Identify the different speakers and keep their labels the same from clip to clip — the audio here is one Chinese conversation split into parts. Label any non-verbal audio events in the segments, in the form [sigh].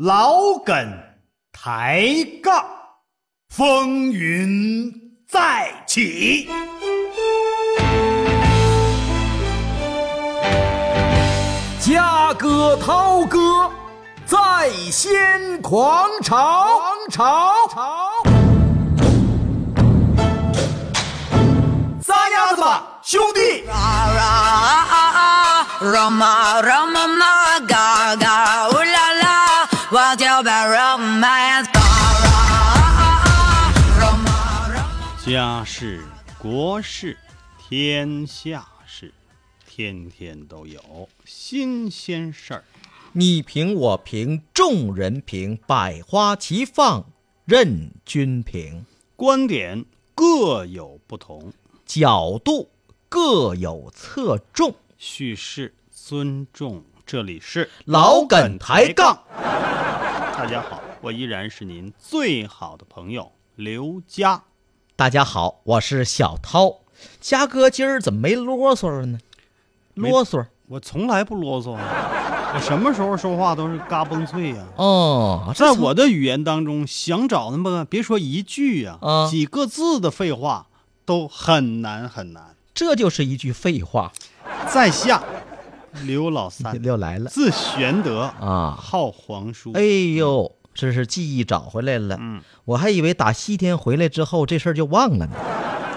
Speaker 1: 老梗抬杠，风云再起。
Speaker 2: 嘉哥、涛哥在先狂潮，潮潮，
Speaker 1: 撒丫子吧，兄弟！
Speaker 3: Roma, Roma, ma, ga, ga, ooh la la, what's your bad romance? Ga, ra, Roma, Roma.
Speaker 4: 家事、国事、天下事，天天都有新鲜事儿。
Speaker 5: 你评我评，众人评，百花齐放，任君评。
Speaker 4: 观点各有不同，
Speaker 5: 角度各有侧重，
Speaker 4: 叙事尊重。这里是
Speaker 5: 老梗抬杠。
Speaker 4: 大家好，我依然是您最好的朋友刘佳。
Speaker 5: 大家好，我是小涛。嘉哥今儿怎么没啰嗦了呢？
Speaker 4: 没
Speaker 5: 啰嗦
Speaker 4: 我从来不啰嗦啊，我什么时候说话都是嘎嘣脆啊呀、
Speaker 5: 哦，这
Speaker 4: 在
Speaker 5: 从
Speaker 4: 我的语言当中，想找那么别说一句呀、
Speaker 5: 啊
Speaker 4: 几个字的废话都很难很难。
Speaker 5: 这就是一句废话，
Speaker 4: 在下刘老三，
Speaker 5: 又来了
Speaker 4: 字玄德，
Speaker 5: 啊！
Speaker 4: 号皇叔。
Speaker 5: 哎，呦，这是记忆找回来了。
Speaker 4: 嗯，
Speaker 5: 我还以为打西天回来之后这事儿就忘了呢。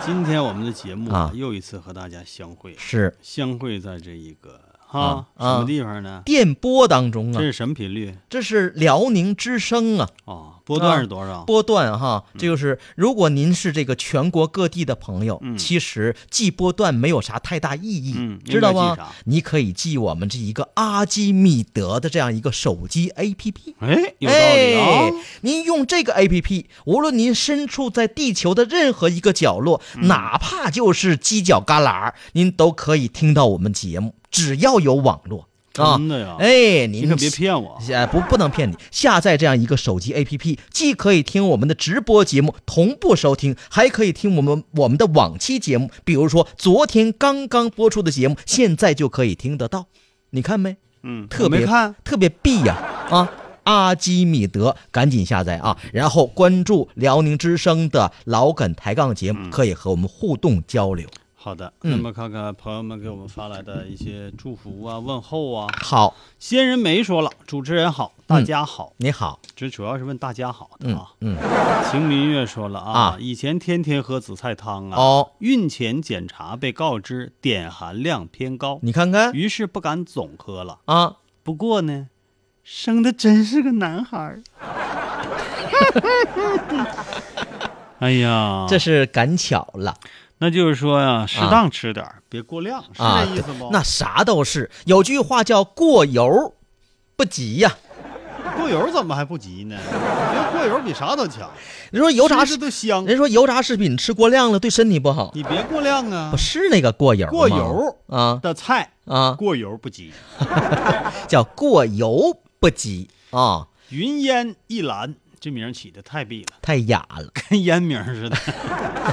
Speaker 4: 今天我们的节目
Speaker 5: 啊
Speaker 4: 又一次和大家相会，
Speaker 5: 是
Speaker 4: 相会在这一个哈、
Speaker 5: 啊
Speaker 4: 什么地方呢？
Speaker 5: 电波当中
Speaker 4: 这
Speaker 5: 啊，
Speaker 4: 是什么频率
Speaker 5: 这是辽宁之声啊。
Speaker 4: 啊？波段是多少？
Speaker 5: 波段哈，
Speaker 4: 嗯
Speaker 5: 这就是如果您是这个全国各地的朋友，
Speaker 4: 嗯
Speaker 5: 其实记波段没有啥太大意义，
Speaker 4: 嗯
Speaker 5: 知道
Speaker 4: 应该记
Speaker 5: 吗
Speaker 4: 啥？
Speaker 5: 你可以记我们这一个阿基米德的这样一个手机 APP。
Speaker 4: 哎，有道理啊、
Speaker 5: 哎，您用这个 A P P，无论您身处在地球的任何一个角落，
Speaker 4: 嗯
Speaker 5: 哪怕就是犄角旮旯儿，您都可以听到我们节目，只要有网络啊。
Speaker 4: 真的呀
Speaker 5: 哎，
Speaker 4: 你
Speaker 5: 您
Speaker 4: 可别骗我。
Speaker 5: 呃，不，不能骗你。下载这样一个手机 APP，既可以听我们的直播节目同步收听，还可以听我们我们的往期节目，比如说昨天刚刚播出的节目，现在就可以听得到。你看没？
Speaker 4: 嗯，
Speaker 5: 特
Speaker 4: 我
Speaker 5: 别
Speaker 4: 没看。
Speaker 5: 特别必呀啊阿基米德，赶紧下载啊！然后关注辽宁之声的老梗抬杠节
Speaker 4: 嗯
Speaker 5: 目，可以和我们互动交流。
Speaker 4: 好的，
Speaker 5: 嗯
Speaker 4: 那么看看朋友们给我们发来的一些祝福啊、问候啊。
Speaker 5: 好，
Speaker 4: 仙人梅说了：“主持人好，大家好。
Speaker 5: 你好，
Speaker 4: 这主要是问大家好的
Speaker 5: 嗯
Speaker 4: 啊。
Speaker 5: 嗯，
Speaker 4: 秦明月说了啊
Speaker 5: 啊
Speaker 4: 以前天天喝紫菜汤啊，
Speaker 5: 哦，
Speaker 4: 孕前检查被告知碘含量偏高，
Speaker 5: 你看看
Speaker 4: 于是不敢总喝了。
Speaker 5: 啊，
Speaker 4: 不过呢，生的真是个男孩
Speaker 5: [laughs]
Speaker 4: 儿。哎呀，
Speaker 5: 这是赶巧了。
Speaker 4: 那就是说呀、适当吃点儿、别过量，是
Speaker 5: 啊，
Speaker 4: 这意思不？
Speaker 5: 那啥都是，有句话叫“过犹不及”呀。
Speaker 4: 过油怎么还不急呢？ [laughs] 我觉得过油比啥都强，
Speaker 5: 人说油炸
Speaker 4: 吃
Speaker 5: 食，
Speaker 4: 着都香。
Speaker 5: 人说油炸食品吃过量了对身体不好，
Speaker 4: 你别过量啊
Speaker 5: 不！是那个过油吗
Speaker 4: 过油
Speaker 5: 啊
Speaker 4: 的菜
Speaker 5: 啊，
Speaker 4: 过油不急。
Speaker 5: 叫过犹不及啊，
Speaker 4: 云烟一蓝，这名儿起的太
Speaker 5: [laughs]
Speaker 4: 必了，
Speaker 5: 太雅了。
Speaker 4: 跟烟名儿似的。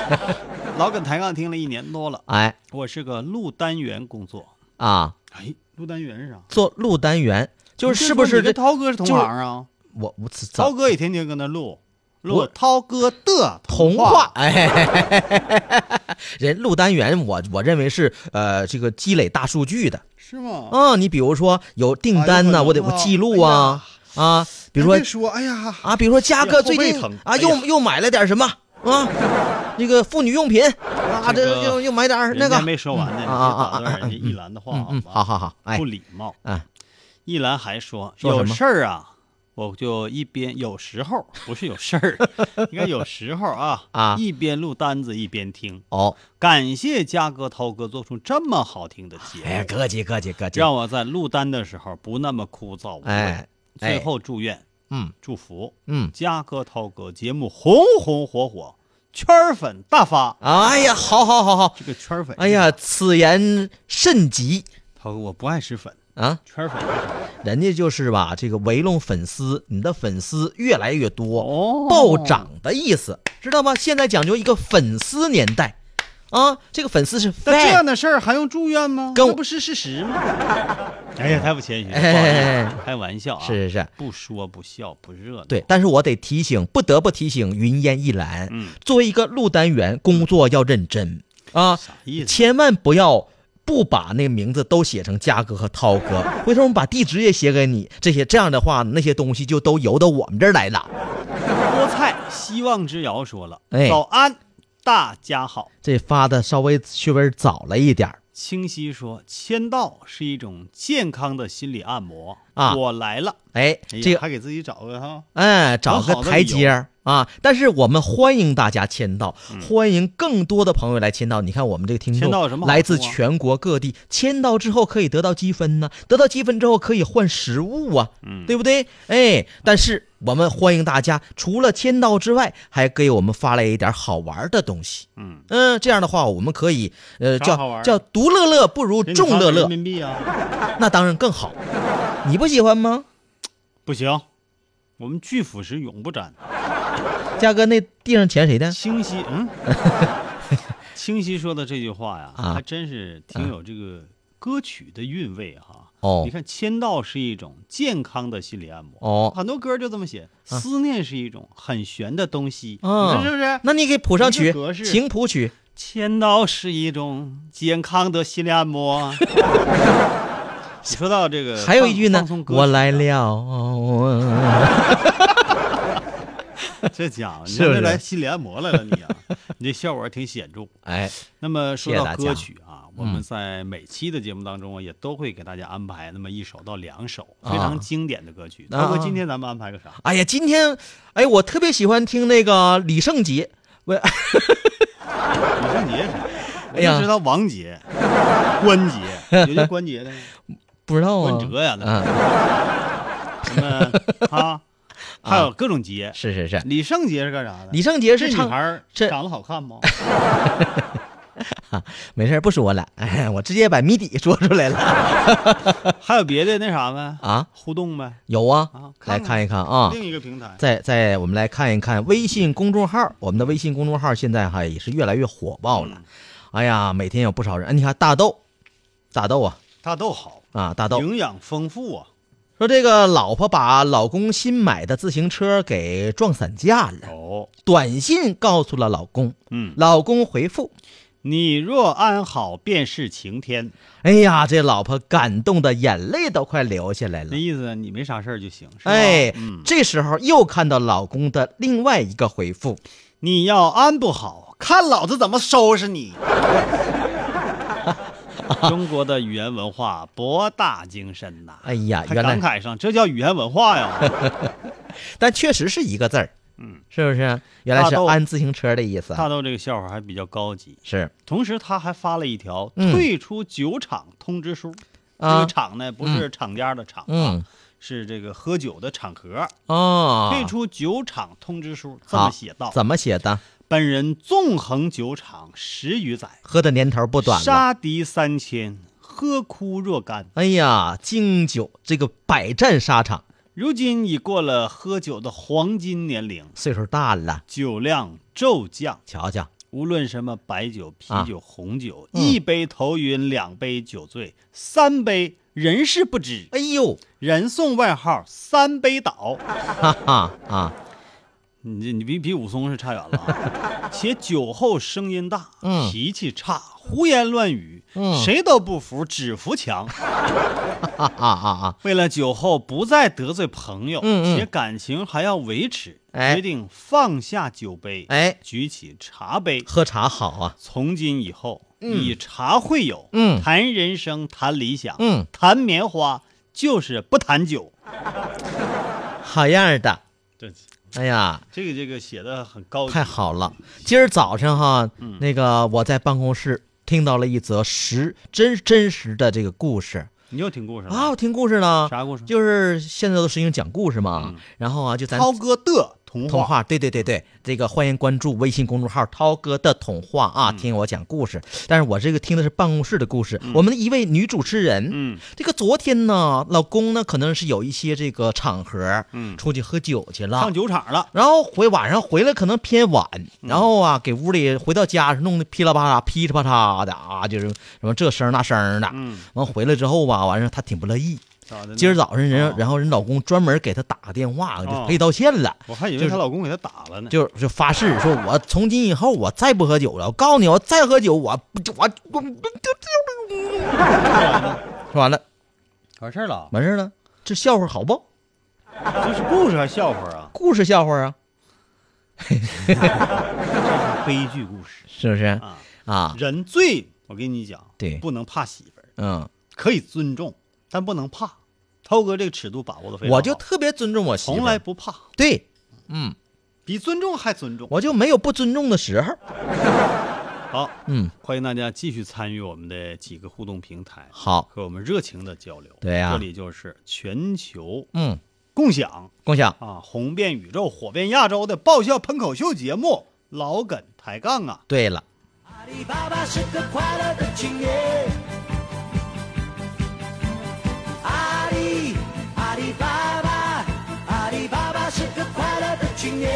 Speaker 4: [laughs] 老耿抬杠听了一年多了，
Speaker 5: 哎
Speaker 4: 我是个录单员工作。
Speaker 5: 啊，
Speaker 4: 哎，录单员是啥？
Speaker 5: 做录单员就
Speaker 4: 你
Speaker 5: 是是不
Speaker 4: 说
Speaker 5: 是
Speaker 4: 你跟
Speaker 5: 这？
Speaker 4: 涛哥是同
Speaker 5: 就是
Speaker 4: 行啊？
Speaker 5: 我我怎
Speaker 4: 涛
Speaker 5: 怎
Speaker 4: 哥也天天跟他录录
Speaker 5: 我
Speaker 4: 涛哥的
Speaker 5: 童话
Speaker 4: 话。？
Speaker 5: 哎， [laughs] 人录单员，我我认为是呃这个积累大数据的
Speaker 4: 是吗？
Speaker 5: 啊。你比如说有订单
Speaker 4: 哎
Speaker 5: 呐，
Speaker 4: 呦
Speaker 5: 我得我记录啊啊，比如说
Speaker 4: 别说，哎呀，
Speaker 5: 啊，比如说嘉
Speaker 4: 哎呀
Speaker 5: 哥
Speaker 4: 后
Speaker 5: 最
Speaker 4: 背
Speaker 5: 近
Speaker 4: 疼
Speaker 5: 啊，
Speaker 4: 哎呀
Speaker 5: 又又买了点什么啊？那个妇女用品啊，
Speaker 4: 这个
Speaker 5: 这又又买点儿那
Speaker 4: 人
Speaker 5: 个
Speaker 4: 家没说完呢，你
Speaker 5: 嗯啊啊
Speaker 4: 打断
Speaker 5: 啊啊
Speaker 4: 人家一兰的话
Speaker 5: 嗯嗯，
Speaker 4: 吧
Speaker 5: 好好好，哎
Speaker 4: 不，礼貌。
Speaker 5: 嗯，
Speaker 4: 一兰还说
Speaker 5: 说什
Speaker 4: 有
Speaker 5: 么
Speaker 4: 事儿啊，我就一边有时候不是有事
Speaker 5: [laughs]
Speaker 4: 儿，应该有时候啊
Speaker 5: 啊
Speaker 4: 一边录单子一边听。
Speaker 5: 哦，
Speaker 4: 感谢嘉哥、涛哥做出这么好听的节目，
Speaker 5: 哎，客气客气客气，
Speaker 4: 让我在录单的时候不那么枯燥无味。
Speaker 5: 哎哎
Speaker 4: 最后祝愿
Speaker 5: 嗯
Speaker 4: 祝福
Speaker 5: 嗯，
Speaker 4: 嘉哥、涛哥节目红红火火，圈儿粉大发。
Speaker 5: 哎呀，好好好好，
Speaker 4: 这个圈儿粉，
Speaker 5: 哎呀，，此言甚极
Speaker 4: 涛哥我不爱吃粉，
Speaker 5: 啊！
Speaker 4: 圈儿粉是啥
Speaker 5: 人家就是吧，这个围拢粉丝，你的粉丝越来越多，
Speaker 4: 哦
Speaker 5: 暴涨的意思，知道吗？现在讲究一个粉丝年代啊，这个粉丝是
Speaker 4: 那这
Speaker 5: fan，
Speaker 4: 样的事儿还用住院吗？
Speaker 5: 跟我
Speaker 4: 那不是事实吗？ [laughs] 哎呀，太不谦虚了，
Speaker 5: 哎
Speaker 4: 不好意思，开玩笑啊，
Speaker 5: 是是是，
Speaker 4: 不说不笑不热闹，
Speaker 5: 对，，但是我得提醒，不得不提醒云烟一兰，
Speaker 4: 嗯
Speaker 5: 作为一个录单员，工作要认真啊，
Speaker 4: 啥意思？
Speaker 5: 千万不要不把那个名字都写成嘉哥和涛
Speaker 4: [laughs]
Speaker 5: 哥，回头我们把地址也写给你，这些这样的话，那些东西就都邮到我们这儿来了。
Speaker 4: 菠菜希望之遥说了，
Speaker 5: 哎
Speaker 4: 早安，大家好。
Speaker 5: 这发的稍微稍微早了一点儿
Speaker 4: 清晰说，签到是一种健康的心理按摩
Speaker 5: 啊
Speaker 4: 我来了，
Speaker 5: 哎，
Speaker 4: 哎呀
Speaker 5: 这个
Speaker 4: 还给自己找个哈，
Speaker 5: 哎，找个台阶儿啊！但是我们欢迎大家签到，欢迎更多的朋友来签到。你看我们这个听
Speaker 4: 嗯
Speaker 5: 众，
Speaker 4: 签到有什么好处啊
Speaker 5: 来自全国各地，签到之后可以得到积分呢、得到积分之后可以换食物啊，
Speaker 4: 嗯
Speaker 5: 对不对？哎，但是我们欢迎大家，除了签到之外，还给我们发来一点好玩的东西。
Speaker 4: 嗯，
Speaker 5: 嗯，这样的话，我们可以，呃，
Speaker 4: 啥好
Speaker 5: 叫
Speaker 4: 玩
Speaker 5: 叫独乐乐不如
Speaker 4: 给你
Speaker 5: 众
Speaker 4: 发
Speaker 5: 乐
Speaker 4: 点
Speaker 5: 乐
Speaker 4: 人，民币啊，
Speaker 5: 那当然更好。你不喜欢吗？
Speaker 4: 不行，我们拒腐蚀永不沾。
Speaker 5: 嘉哥，那地上钱谁的？
Speaker 4: 清
Speaker 5: [laughs]
Speaker 4: 晰，嗯， [laughs] 清晰说的这句话呀，
Speaker 5: 啊
Speaker 4: 还真是挺有这个歌曲的韵味哈。
Speaker 5: 哦
Speaker 4: 你看签到是一种健康的心理按摩，
Speaker 5: 哦
Speaker 4: 很多歌就这么写，思念是一种很玄的东西，
Speaker 5: 嗯
Speaker 4: 你说是不是？
Speaker 5: 那你给谱上
Speaker 4: 一
Speaker 5: 曲
Speaker 4: 个格，式
Speaker 5: 请谱曲。
Speaker 4: 签到是一种健康的心理按
Speaker 5: [laughs]
Speaker 4: 摩。你说到这个，
Speaker 5: 还有一句呢
Speaker 4: 呃放松，歌曲啊
Speaker 5: 我来，了。
Speaker 4: 这家伙，你
Speaker 5: 是不
Speaker 4: 这
Speaker 5: 是
Speaker 4: 来心理按摩来了，你啊，你这效果还挺显著。
Speaker 5: 哎，
Speaker 4: 那么说
Speaker 5: 谢谢
Speaker 4: 到
Speaker 5: 大
Speaker 4: 歌
Speaker 5: 家嗯
Speaker 4: 曲啊，我们在每期的节目当中啊，也都会给大家安排那么一首到两首非
Speaker 5: 啊
Speaker 4: 常经典的歌曲。
Speaker 5: 啊
Speaker 4: 包括今天咱们安排个啥？
Speaker 5: 哎呀，今天，哎，我特别喜欢听那个李圣杰，我
Speaker 4: 李圣杰啥？我
Speaker 5: 哎呀
Speaker 4: 就知道王杰、关杰，有叫关杰
Speaker 5: [laughs]
Speaker 4: 的吗，
Speaker 5: 不知道啊。
Speaker 4: 关喆呀，那
Speaker 5: 啊，
Speaker 4: 什么
Speaker 5: [laughs]
Speaker 4: 他，还有各种杰。
Speaker 5: 是是是，
Speaker 4: 李圣杰是干啥的？
Speaker 5: 李圣杰
Speaker 4: 这
Speaker 5: 是
Speaker 4: 女
Speaker 5: 唱
Speaker 4: 孩，儿
Speaker 5: 这
Speaker 4: 长得好看吗？
Speaker 5: 没事儿不说了， [laughs] 哎，我直接把谜底说出
Speaker 4: [laughs]
Speaker 5: 来了。
Speaker 4: 还有别的那啥没？
Speaker 5: [laughs] 啊，
Speaker 4: 互动呗。
Speaker 5: 有啊
Speaker 4: 啊，看
Speaker 5: 来
Speaker 4: 看
Speaker 5: 看一看啊。
Speaker 4: 另一个平台，
Speaker 5: 再再，我们来看一看微信公众号，我们的微信公众号现在哈也是越来越火爆了。
Speaker 4: 嗯
Speaker 5: 哎呀，每天有不少人，哎你看大豆，大豆啊
Speaker 4: 大豆好，
Speaker 5: 啊，大豆
Speaker 4: 营养丰富啊。
Speaker 5: 说这个老婆把老公新买的自行车给撞散架了，
Speaker 4: 哦，
Speaker 5: 短信告诉了老公，
Speaker 4: 嗯。
Speaker 5: 老公回复，
Speaker 4: 你若安好，便是晴天。
Speaker 5: 哎呀，这老婆感动的眼泪都快流下来了
Speaker 4: 那。意思你没啥事儿就行，哎是吧？
Speaker 5: 哎，
Speaker 4: 嗯，
Speaker 5: 这时候又看到老公的另外一个回复，
Speaker 4: 你要安不好，看老子怎么收拾你。 [laughs] 中国的语言文化博大精深呐、
Speaker 5: 哎呀，
Speaker 4: 还
Speaker 5: 原来
Speaker 4: 感，慨上，这叫语言文化 [laughs] 呀！
Speaker 5: 但确实是一个字儿，
Speaker 4: 嗯，
Speaker 5: 是不是？原来
Speaker 4: 大
Speaker 5: 是
Speaker 4: 豆
Speaker 5: 安自行车的意思啊，
Speaker 4: 大豆啊这个笑话还比较高级，
Speaker 5: 是
Speaker 4: 同时他还发了一条
Speaker 5: 嗯
Speaker 4: 退出酒厂通知书。
Speaker 5: 啊
Speaker 4: 这个厂呢，不是厂家的厂啊，
Speaker 5: 嗯
Speaker 4: 是这个喝酒的场合。
Speaker 5: 哦，
Speaker 4: 退出酒厂通知书这么
Speaker 5: 好
Speaker 4: 写道：
Speaker 5: 怎么写的？
Speaker 4: 本人纵横酒场十余载，
Speaker 5: 喝的年头不短了。
Speaker 4: 杀敌三千，喝哭若干。
Speaker 5: 哎呀，经久这个百战沙场，
Speaker 4: 如今已过了喝酒的黄金年龄，
Speaker 5: 岁数大了，
Speaker 4: 酒量骤降。
Speaker 5: 瞧瞧，
Speaker 4: 无论什么白酒、啤
Speaker 5: 啊
Speaker 4: 酒、红酒，
Speaker 5: 嗯
Speaker 4: 一杯头晕，两杯酒醉，三杯人事不知，
Speaker 5: 哎呦，
Speaker 4: 人送外号“三杯倒
Speaker 5: 哈哈啊，”。
Speaker 4: 你这你比比武松是差远了、啊， [laughs] 且酒后声音大，
Speaker 5: 嗯
Speaker 4: 脾气差，胡言乱语，
Speaker 5: 嗯
Speaker 4: 谁都不服，只服强。
Speaker 5: 啊啊啊啊，
Speaker 4: 为了酒后不再得罪朋友，
Speaker 5: 嗯嗯
Speaker 4: 且感情还要维持，
Speaker 5: 哎
Speaker 4: 决定放下酒杯，
Speaker 5: 哎
Speaker 4: 举起茶杯。
Speaker 5: 喝茶好啊，
Speaker 4: 从今以后，以茶会友，
Speaker 5: 嗯
Speaker 4: 谈人生，谈理想，
Speaker 5: 嗯
Speaker 4: 谈棉花，就是不谈酒。
Speaker 5: 好样儿的，
Speaker 4: 这
Speaker 5: 哎呀，
Speaker 4: 这个这个写的很高级，
Speaker 5: 太好了！今儿早上哈，那个我在办公室听到了一则实真真实的这个故事
Speaker 4: 你又听故事了
Speaker 5: 啊，我听故事呢，嗯
Speaker 4: 啥故事
Speaker 5: 就是现在都实行讲故事嘛，然后啊，就咱
Speaker 4: 涛哥的童
Speaker 5: 童
Speaker 4: 话
Speaker 5: 话，对对对对，这个欢迎关注微信公众号“涛哥的童话”啊，
Speaker 4: 嗯
Speaker 5: 听我讲故事。但是我这个听的是办公室的故事。我们的一位女主持人，
Speaker 4: 嗯，
Speaker 5: 这个昨天呢，老公呢可能是有一些这个场合，
Speaker 4: 嗯
Speaker 5: 出去喝酒去了
Speaker 4: 上，酒嗯场了，
Speaker 5: 然后回晚上回来可能偏晚，然后啊给屋里回到家弄得噼里啪啦、噼里啪啦的啊，就是什么这声儿那声儿的。
Speaker 4: 嗯，
Speaker 5: 完回来之后吧，完事儿她挺不乐意。
Speaker 4: 咋的呢？
Speaker 5: 今儿早上人
Speaker 4: 哦，
Speaker 5: 然后人老公专门给她打个电话，
Speaker 4: 哦
Speaker 5: 就赔道歉了。
Speaker 4: 我还以
Speaker 5: 就
Speaker 4: 为
Speaker 5: 是
Speaker 4: 她老公给她打了呢，
Speaker 5: 就就发誓说，我从今以后我再不喝酒了。我告诉你，我再喝酒，我不就我我就就 [laughs] 说完了，
Speaker 4: 完事儿了，
Speaker 5: 完事儿了。这笑话好不？
Speaker 4: 这是故事还是笑话啊？
Speaker 5: 故事笑话啊，
Speaker 4: 悲剧故事
Speaker 5: 是不是
Speaker 4: 啊！
Speaker 5: 啊？
Speaker 4: 人最，我跟你讲，
Speaker 5: 对
Speaker 4: 不能怕媳妇儿，
Speaker 5: 嗯，
Speaker 4: 可以尊重，但不能怕。涛哥这个尺度把握的非常好，
Speaker 5: 我就特别尊重我媳妇儿，
Speaker 4: 从来不怕，
Speaker 5: 对，
Speaker 4: 比尊重还尊重。
Speaker 5: 我就没有不尊重的时候。
Speaker 4: 好，
Speaker 5: 嗯，
Speaker 4: 欢迎大家继续参与我们的几个互动平台，
Speaker 5: 好，
Speaker 4: 和我们热情的交流。
Speaker 5: 对呀
Speaker 4: 这里就是全球
Speaker 5: 嗯，
Speaker 4: 共享
Speaker 5: 共享
Speaker 4: 啊，红遍宇宙、火遍亚洲的爆笑喷口秀节目《老梗抬杠》啊。
Speaker 5: 对了，
Speaker 1: 阿里巴巴是个快乐的青年。阿里阿里巴巴，阿里巴巴是个快乐的青年。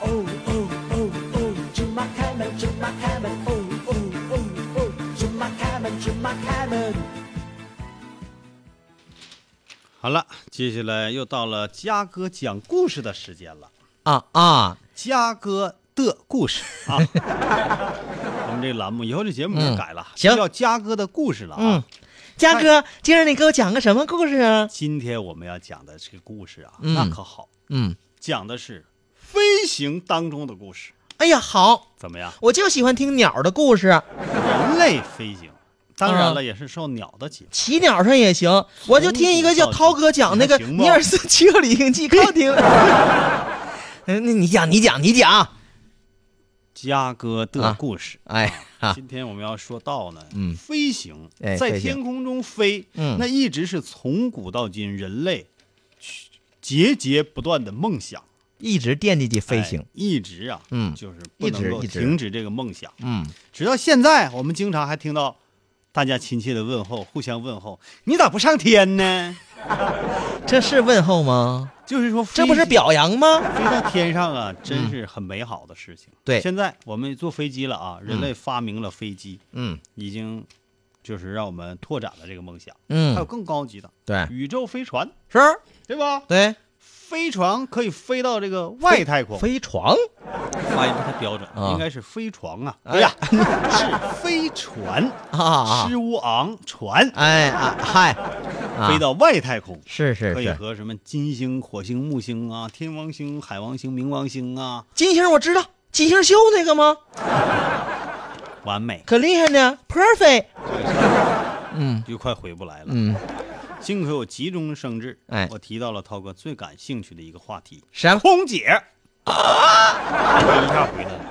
Speaker 1: 哦哦哦哦，芝麻开门，芝麻开门，哦哦哦哦，芝麻开门，芝麻开门。
Speaker 4: 好了，接下来又到了嘉哥讲故事的时间了。
Speaker 5: 啊啊，
Speaker 4: 嘉哥的故事
Speaker 5: [laughs]
Speaker 4: 啊，我们这个栏目以后这节目名改了，
Speaker 5: 嗯行
Speaker 4: 叫嘉哥的故事了啊。
Speaker 5: 嗯，嘉哥，今儿你给我讲个什么故事啊？
Speaker 4: 今天我们要讲的这个故事啊，
Speaker 5: 嗯
Speaker 4: 那可好，
Speaker 5: 嗯，
Speaker 4: 讲的是飞行当中的故事，
Speaker 5: 哎呀，好，
Speaker 4: 怎么样？
Speaker 5: 我就喜欢听鸟的故事，啊
Speaker 4: 人类飞行，当然了，
Speaker 5: 嗯
Speaker 4: 也是受鸟的启发。
Speaker 5: 骑鸟上也行。我就听一个叫涛哥讲那个
Speaker 4: 你还行吗
Speaker 5: 尼尔斯·七克里应记，
Speaker 4: [laughs]
Speaker 5: 刚听了。嗯，那你讲，你讲，你讲。
Speaker 4: 嘉哥的故事。
Speaker 5: 哎啊，
Speaker 4: 今天我们要说到呢，
Speaker 5: 嗯
Speaker 4: 飞行
Speaker 5: 哎
Speaker 4: 在
Speaker 5: 飞行
Speaker 4: 天空中飞，
Speaker 5: 嗯
Speaker 4: 那一直是从古到今人类去节节不断的梦想。
Speaker 5: 一直惦记起飞行
Speaker 4: 哎。一直啊，
Speaker 5: 嗯
Speaker 4: 就是不
Speaker 5: 一直
Speaker 4: 能够
Speaker 5: 一直
Speaker 4: 停止这个梦想，
Speaker 5: 嗯，
Speaker 4: 直到现在，我们经常还听到大家亲切的问候，互相问候，你咋不上天
Speaker 5: [laughs]
Speaker 4: 呢？
Speaker 5: 这是问候吗？
Speaker 4: 就是说，
Speaker 5: 这不是表扬吗？
Speaker 4: 飞到天上啊，真是很美好的事情。
Speaker 5: 对
Speaker 4: 现在我们坐飞机了啊，人类发明了飞机，
Speaker 5: 嗯
Speaker 4: 已经就是让我们拓展了这个梦想。还有
Speaker 5: 嗯，
Speaker 4: 更高级的
Speaker 5: 对，
Speaker 4: 宇宙飞船，
Speaker 5: 是，
Speaker 4: 对吧？
Speaker 5: 对，
Speaker 4: 飞船可以飞到这个外太空，
Speaker 5: 飞床。
Speaker 4: 发音不太标准，
Speaker 5: 啊
Speaker 4: 应该是飞床啊。哎
Speaker 5: 哎
Speaker 4: 呀，是飞船，
Speaker 5: 啊
Speaker 4: 狮乌昂船
Speaker 5: 哎啊嗨，啊
Speaker 4: 飞到外太空，
Speaker 5: 是是
Speaker 4: 可以
Speaker 5: 是，
Speaker 4: 和什么金星、火星、木星啊、天王星、海王星、冥王星啊，
Speaker 5: 金星我知道，金星秀那个吗？
Speaker 4: 完美，
Speaker 5: 可厉害呢，perfect。
Speaker 4: 就快回不来了。
Speaker 5: 嗯，
Speaker 4: 幸亏我急中生智，
Speaker 5: 哎
Speaker 4: 我提到了涛哥最感兴趣的一个话题
Speaker 5: 什
Speaker 4: ——空姐。啊！一下回来了，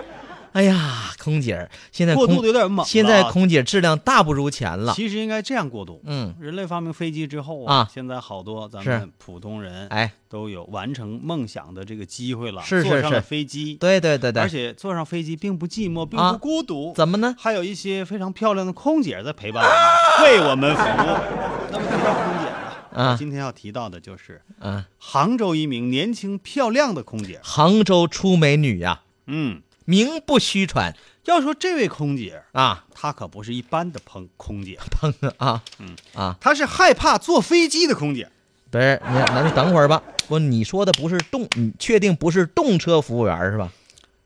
Speaker 5: 哎呀，空姐儿现在
Speaker 4: 过渡
Speaker 5: 空
Speaker 4: 的有点猛了啊。
Speaker 5: 现在空姐质量大不如前了。
Speaker 4: 其实应该这样过渡。
Speaker 5: 嗯，
Speaker 4: 人类发明飞机之后
Speaker 5: 啊
Speaker 4: 现在好多咱
Speaker 5: 是
Speaker 4: 们普通人
Speaker 5: 哎，
Speaker 4: 都有完成梦想的这个机会了，
Speaker 5: 是是
Speaker 4: 坐上了
Speaker 5: 是
Speaker 4: 飞机，
Speaker 5: 对对对对，
Speaker 4: 而且坐上飞机并不寂寞，并
Speaker 5: 啊
Speaker 4: 不孤独，
Speaker 5: 怎么呢？
Speaker 4: 还有一些非常漂亮的空姐在陪伴我们，为我们服务。
Speaker 5: [laughs]
Speaker 4: 那么提到空姐啊，
Speaker 5: 啊
Speaker 4: 我今天要提到的就是
Speaker 5: 啊，
Speaker 4: 杭州一名年轻漂亮的空姐。
Speaker 5: 杭州出美女呀、
Speaker 4: 嗯，
Speaker 5: 名不虚传
Speaker 4: 要说这位空姐，
Speaker 5: 啊！
Speaker 4: 她可不是一般的空空姐，
Speaker 5: 碰啊，
Speaker 4: 她是害怕坐飞机的空姐。
Speaker 5: 不是你，咱们等会儿吧。不，你说的不是动，你确定不是动车服务员是吧？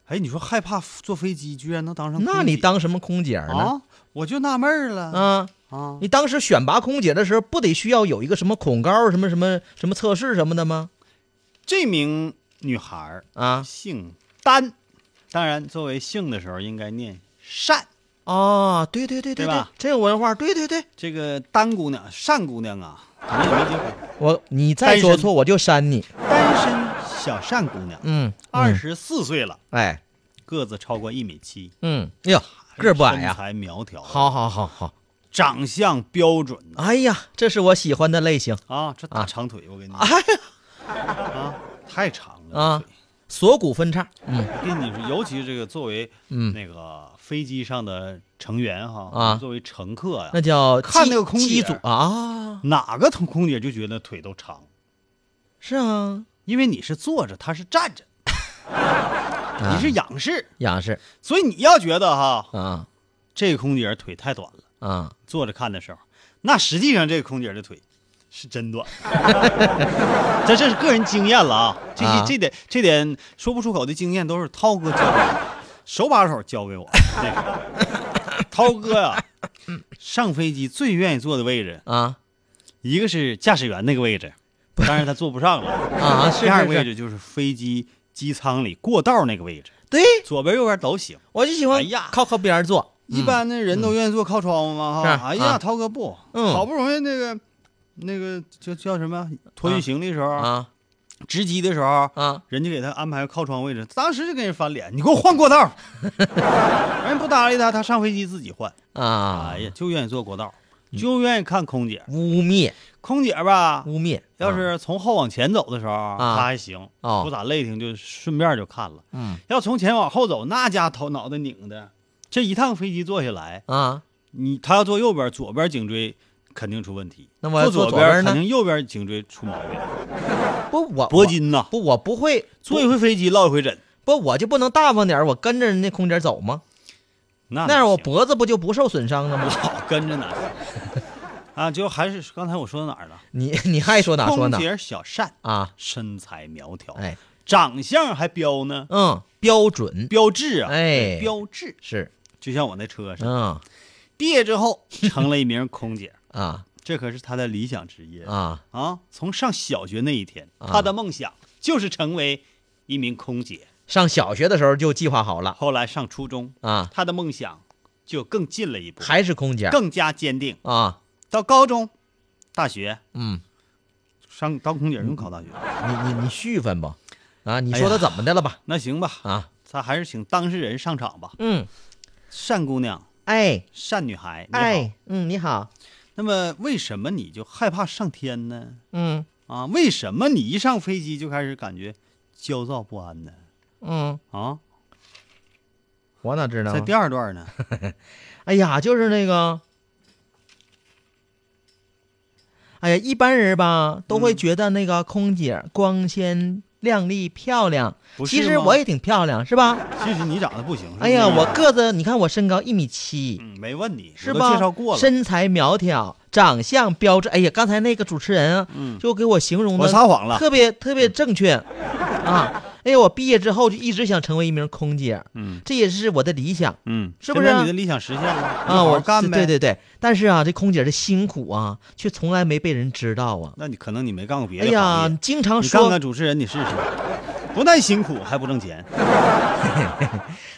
Speaker 4: 哎，你说害怕坐飞机，居然能当上空姐？
Speaker 5: 那你当什么空姐儿呢？
Speaker 4: 啊？我就纳闷儿了
Speaker 5: 啊，
Speaker 4: 啊！
Speaker 5: 你当时选拔空姐的时候，不得需要有一个什么恐高、什么什么什么测试什么的吗？
Speaker 4: 这名女孩儿
Speaker 5: 啊
Speaker 4: 姓丹，当然作为姓的时候应该念善。
Speaker 5: 啊，对对对对
Speaker 4: 对吧
Speaker 5: 真有文化，对对对，
Speaker 4: 这个丹姑娘、善姑娘啊，可能也没结婚，
Speaker 5: 我你再说错我就删你。
Speaker 4: 单身小善姑娘，
Speaker 5: 嗯，
Speaker 4: 二
Speaker 5: 嗯，
Speaker 4: 十四岁了，
Speaker 5: 哎，
Speaker 4: 个子超过一米七，
Speaker 5: 嗯，哎呀，个儿不矮啊
Speaker 4: 身
Speaker 5: 呀、
Speaker 4: 材苗条，，
Speaker 5: 好好好好，
Speaker 4: 长相标准呐啊
Speaker 5: 哎呀，这是我喜欢的类型。
Speaker 4: 啊，这
Speaker 5: 啊
Speaker 4: 大长腿，我跟你讲，
Speaker 5: 哎呀，
Speaker 4: 啊，太长了
Speaker 5: 啊锁骨分叉，嗯，
Speaker 4: 我跟你说，尤其这个作为那个飞机上的成员哈，
Speaker 5: 啊
Speaker 4: 作为乘客呀、
Speaker 5: 那叫
Speaker 4: 看
Speaker 5: 机
Speaker 4: 那个空姐
Speaker 5: 机组啊，
Speaker 4: 哪个空空姐就觉得腿都长，
Speaker 5: 是啊，
Speaker 4: 因为你是坐着，她是站
Speaker 5: [laughs]
Speaker 4: 着，
Speaker 5: 啊
Speaker 4: 你是仰视，
Speaker 5: 仰视
Speaker 4: 所以你要觉得哈，
Speaker 5: 啊
Speaker 4: 这个空姐腿太短了，
Speaker 5: 啊，
Speaker 4: 坐着看的时候，那实际上这个空姐的腿是真短， [laughs] 这这是个人经验了啊，这些、
Speaker 5: 啊
Speaker 4: 这点这点说不出口的经验都是涛哥教给我，手把手教给我。那个、涛哥呀、上飞机最愿意坐的位置，
Speaker 5: 啊
Speaker 4: 一个是驾驶员那个位置，当然他坐不上了，
Speaker 5: 啊，是
Speaker 4: 第二个
Speaker 5: 是
Speaker 4: 位
Speaker 5: 是，
Speaker 4: 置就是飞机机舱里过道那个位置，
Speaker 5: 对
Speaker 4: 左边右边都行。
Speaker 5: 我就喜
Speaker 4: 哎
Speaker 5: 欢
Speaker 4: 呀
Speaker 5: 靠靠边儿坐，
Speaker 4: 一般的人都愿意坐靠窗户嘛
Speaker 5: 嗯是
Speaker 4: 哈。哎呀，
Speaker 5: 啊
Speaker 4: 涛哥不，
Speaker 5: 嗯
Speaker 4: 好不容易那个那个叫叫什么托运行李的时候，
Speaker 5: 啊
Speaker 4: 值机的时候，
Speaker 5: 啊
Speaker 4: 人家给他安排靠窗位置，当时就跟人翻脸，你给我换过
Speaker 5: [laughs]
Speaker 4: 道，人不搭理他，他上飞机自己换。
Speaker 5: 啊
Speaker 4: 哎，呀，就愿意坐过道，
Speaker 5: 嗯
Speaker 4: 就愿意看空姐。
Speaker 5: 污蔑
Speaker 4: 空姐吧，
Speaker 5: 污蔑，
Speaker 4: 要
Speaker 5: 啊
Speaker 4: 是从后往前走的时候，
Speaker 5: 啊
Speaker 4: 他还行，
Speaker 5: 哦
Speaker 4: 不咋累挺，就顺便就看了。
Speaker 5: 嗯
Speaker 4: 要从前往后走，那家头脑袋拧的，这一趟飞机坐下来。
Speaker 5: 啊，
Speaker 4: 你他要坐右边，左边颈椎肯定出问题。
Speaker 5: 那我要
Speaker 4: 坐左
Speaker 5: 坐左边呢
Speaker 4: 肯定右边颈椎出毛病，
Speaker 5: 不我
Speaker 4: 铂
Speaker 5: 我
Speaker 4: 金呐、
Speaker 5: 不我不会
Speaker 4: 坐一回飞机落一回枕，
Speaker 5: 不我就不能大方点儿，我跟着人家空姐走吗？
Speaker 4: 那
Speaker 5: 那样我
Speaker 4: 不
Speaker 5: 脖子不就不受损伤了吗？
Speaker 4: 好跟着呢。 [laughs] 啊，就还是刚才我说到哪儿了？
Speaker 5: 你 [laughs] 你爱说哪说哪
Speaker 4: 空姐小善，
Speaker 5: 啊？
Speaker 4: 身材苗条，
Speaker 5: 哎，
Speaker 4: 长相还标呢，
Speaker 5: 嗯，标准
Speaker 4: 标志啊，
Speaker 5: 哎
Speaker 4: 标志，
Speaker 5: 是
Speaker 4: 就像我那车似的。
Speaker 5: 嗯
Speaker 4: 毕业之后成了一名空姐，
Speaker 5: 啊
Speaker 4: 这可是她的理想职业
Speaker 5: 啊
Speaker 4: 啊！从上小学那一天，
Speaker 5: 啊
Speaker 4: 她的梦想就是成为一名空姐。
Speaker 5: 上小学的时候就计划好了
Speaker 4: 后来上初中，
Speaker 5: 啊，
Speaker 4: 他的梦想就更近了一步，
Speaker 5: 还是空姐
Speaker 4: 更加坚定。
Speaker 5: 啊，
Speaker 4: 到高中、大学
Speaker 5: 嗯，
Speaker 4: 上当空姐儿能考大学？
Speaker 5: 你你你续分吧，啊，你
Speaker 4: 哎
Speaker 5: 说他
Speaker 4: 呀
Speaker 5: 怎么的了吧？
Speaker 4: 那行吧， [laughs]
Speaker 5: 啊，
Speaker 4: 咱还是请当事人上场吧。
Speaker 5: 嗯，
Speaker 4: 善姑娘、
Speaker 5: 哎
Speaker 4: 善女孩，你好。
Speaker 5: 哎，嗯，你好，
Speaker 4: 那么为什么你就害怕上天呢？
Speaker 5: 嗯
Speaker 4: 啊，为什么你一上飞机就开始感觉焦躁不安呢？
Speaker 5: 嗯，
Speaker 4: 啊，
Speaker 5: 我哪知道
Speaker 4: 在
Speaker 5: 啊？
Speaker 4: 第二段
Speaker 5: [laughs]
Speaker 4: 呢，
Speaker 5: 哎呀，就是那个。哎呀，一般人吧
Speaker 4: 嗯
Speaker 5: 都会觉得那个空姐光鲜亮丽、漂亮。
Speaker 4: 不是
Speaker 5: 其实
Speaker 4: 吗嗯
Speaker 5: 我也挺漂亮，是吧？
Speaker 4: 其实你长得不行。是不
Speaker 5: 哎呀，
Speaker 4: 是
Speaker 5: 我个子，你看我身高一米七、
Speaker 4: 嗯没问你，
Speaker 5: 是
Speaker 4: 我都
Speaker 5: 吧？
Speaker 4: 介绍过了，
Speaker 5: 身材苗条，长相标致。哎呀，刚才那个主持人啊，
Speaker 4: 嗯
Speaker 5: 就给我形容
Speaker 4: 我
Speaker 5: 的
Speaker 4: 撒谎了。
Speaker 5: 特别特别正确啊！哎呀，我毕业之后就一直想成为一名空姐，
Speaker 4: 嗯
Speaker 5: 这也是我的理想
Speaker 4: 嗯，
Speaker 5: 是不是
Speaker 4: 现在你的理想实现了你
Speaker 5: 啊！
Speaker 4: 好好
Speaker 5: 我
Speaker 4: 干呗。
Speaker 5: 对对对，但是啊，这空姐的辛苦啊，却从来没被人知道啊！
Speaker 4: 那你可能你没干过别
Speaker 5: 哎
Speaker 4: 的行
Speaker 5: 呀
Speaker 4: 业，，
Speaker 5: 经常
Speaker 4: 你干
Speaker 5: 说
Speaker 4: 干主持人，你试试，不但辛苦还不挣钱。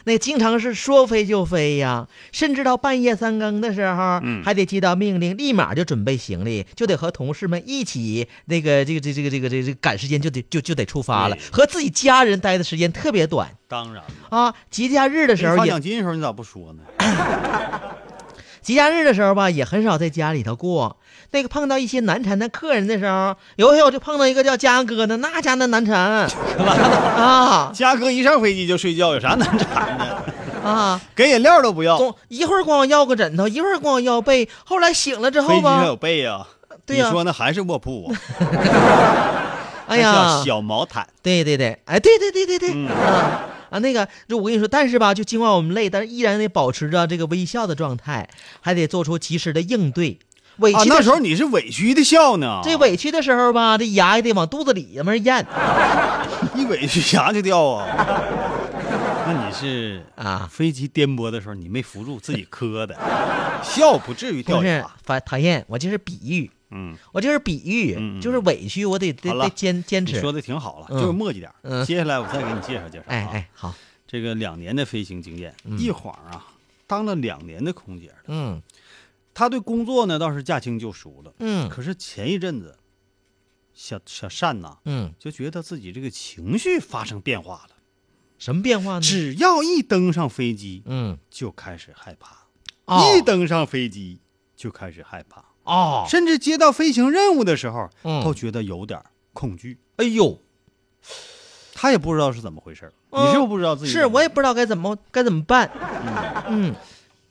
Speaker 5: 那经常是说飞就飞呀，甚至到半夜三更的时候，
Speaker 4: 嗯
Speaker 5: 还得接到命令，立马就准备行李，就得和同事们一起那个这个这个这个这个这个赶时间就得就就得出发了
Speaker 4: 对，
Speaker 5: 和自己家人待的时间特别短
Speaker 4: 当然了，
Speaker 5: 啊。节假日的
Speaker 4: 给
Speaker 5: 时
Speaker 4: 你
Speaker 5: 候
Speaker 4: 发
Speaker 5: 也
Speaker 4: 奖金的时候你咋不说呢？
Speaker 5: 节假日的时候吧，也很少在家里头过。那个碰到一些难缠的客人的时候，有一回我就碰到一个叫嘉哥的，那家那
Speaker 4: [laughs]
Speaker 5: 难缠啊
Speaker 4: 嘉哥一上飞机就睡觉，有啥难缠的？
Speaker 5: 啊！
Speaker 4: 给饮料都不要，
Speaker 5: 总一会儿管我要个枕头，一会儿管我要被。后来醒了之
Speaker 4: 飞
Speaker 5: 后
Speaker 4: 机上有
Speaker 5: 吧，
Speaker 4: 被呀。
Speaker 5: 对呀
Speaker 4: 你说那还是卧铺啊？
Speaker 5: 哎
Speaker 4: 还
Speaker 5: 呀
Speaker 4: 叫，小毛毯。
Speaker 5: 对对对，哎，对对对对对，
Speaker 4: 嗯
Speaker 5: 啊啊，那个，就我跟你说，但是吧，就尽管我们累，但是依然得保持着这个微笑的状态，还得做出及时的应对。委
Speaker 4: 啊，
Speaker 5: 屈的
Speaker 4: 那时候你是委屈的笑呢，
Speaker 5: 这委屈的时候吧，这牙也得往肚子里面咽。
Speaker 4: 一委屈牙就掉啊。 [laughs] 那你是
Speaker 5: 啊
Speaker 4: 飞机颠簸的时候你没扶住自己磕的，笑不至于掉
Speaker 5: 不是
Speaker 4: 牙。
Speaker 5: 反讨厌，我就是比喻，
Speaker 4: 嗯，
Speaker 5: 我就是比喻，
Speaker 4: 嗯嗯
Speaker 5: 就是委屈，我得得
Speaker 4: 好了
Speaker 5: 得坚坚
Speaker 4: 你
Speaker 5: 持
Speaker 4: 说。的挺好了，
Speaker 5: 嗯
Speaker 4: 就是磨叽点儿。
Speaker 5: 嗯
Speaker 4: 接下来我再给你介绍介绍、啊。
Speaker 5: 哎哎，好，
Speaker 4: 这个两年的飞行经验，一晃啊，当了两年的空姐了。
Speaker 5: 嗯
Speaker 4: 她对工作呢倒是驾轻就熟了，
Speaker 5: 嗯
Speaker 4: 可是前一阵子，小小善呐、
Speaker 5: 嗯，
Speaker 4: 就觉得自己这个情绪发生变化了，
Speaker 5: 什么变化呢？
Speaker 4: 只要一登上飞机
Speaker 5: 嗯
Speaker 4: 就开始害怕，
Speaker 5: 哦
Speaker 4: 一登上飞机就开始害怕，
Speaker 5: 哦
Speaker 4: 甚至接到飞行任务的时候，
Speaker 5: 嗯
Speaker 4: 都觉得有点儿恐惧，
Speaker 5: 哎呦，
Speaker 4: 他也不知道是怎么回事儿。
Speaker 5: 嗯
Speaker 4: 你是不是不知道自己
Speaker 5: 是我也不知道该怎么该怎么办。嗯，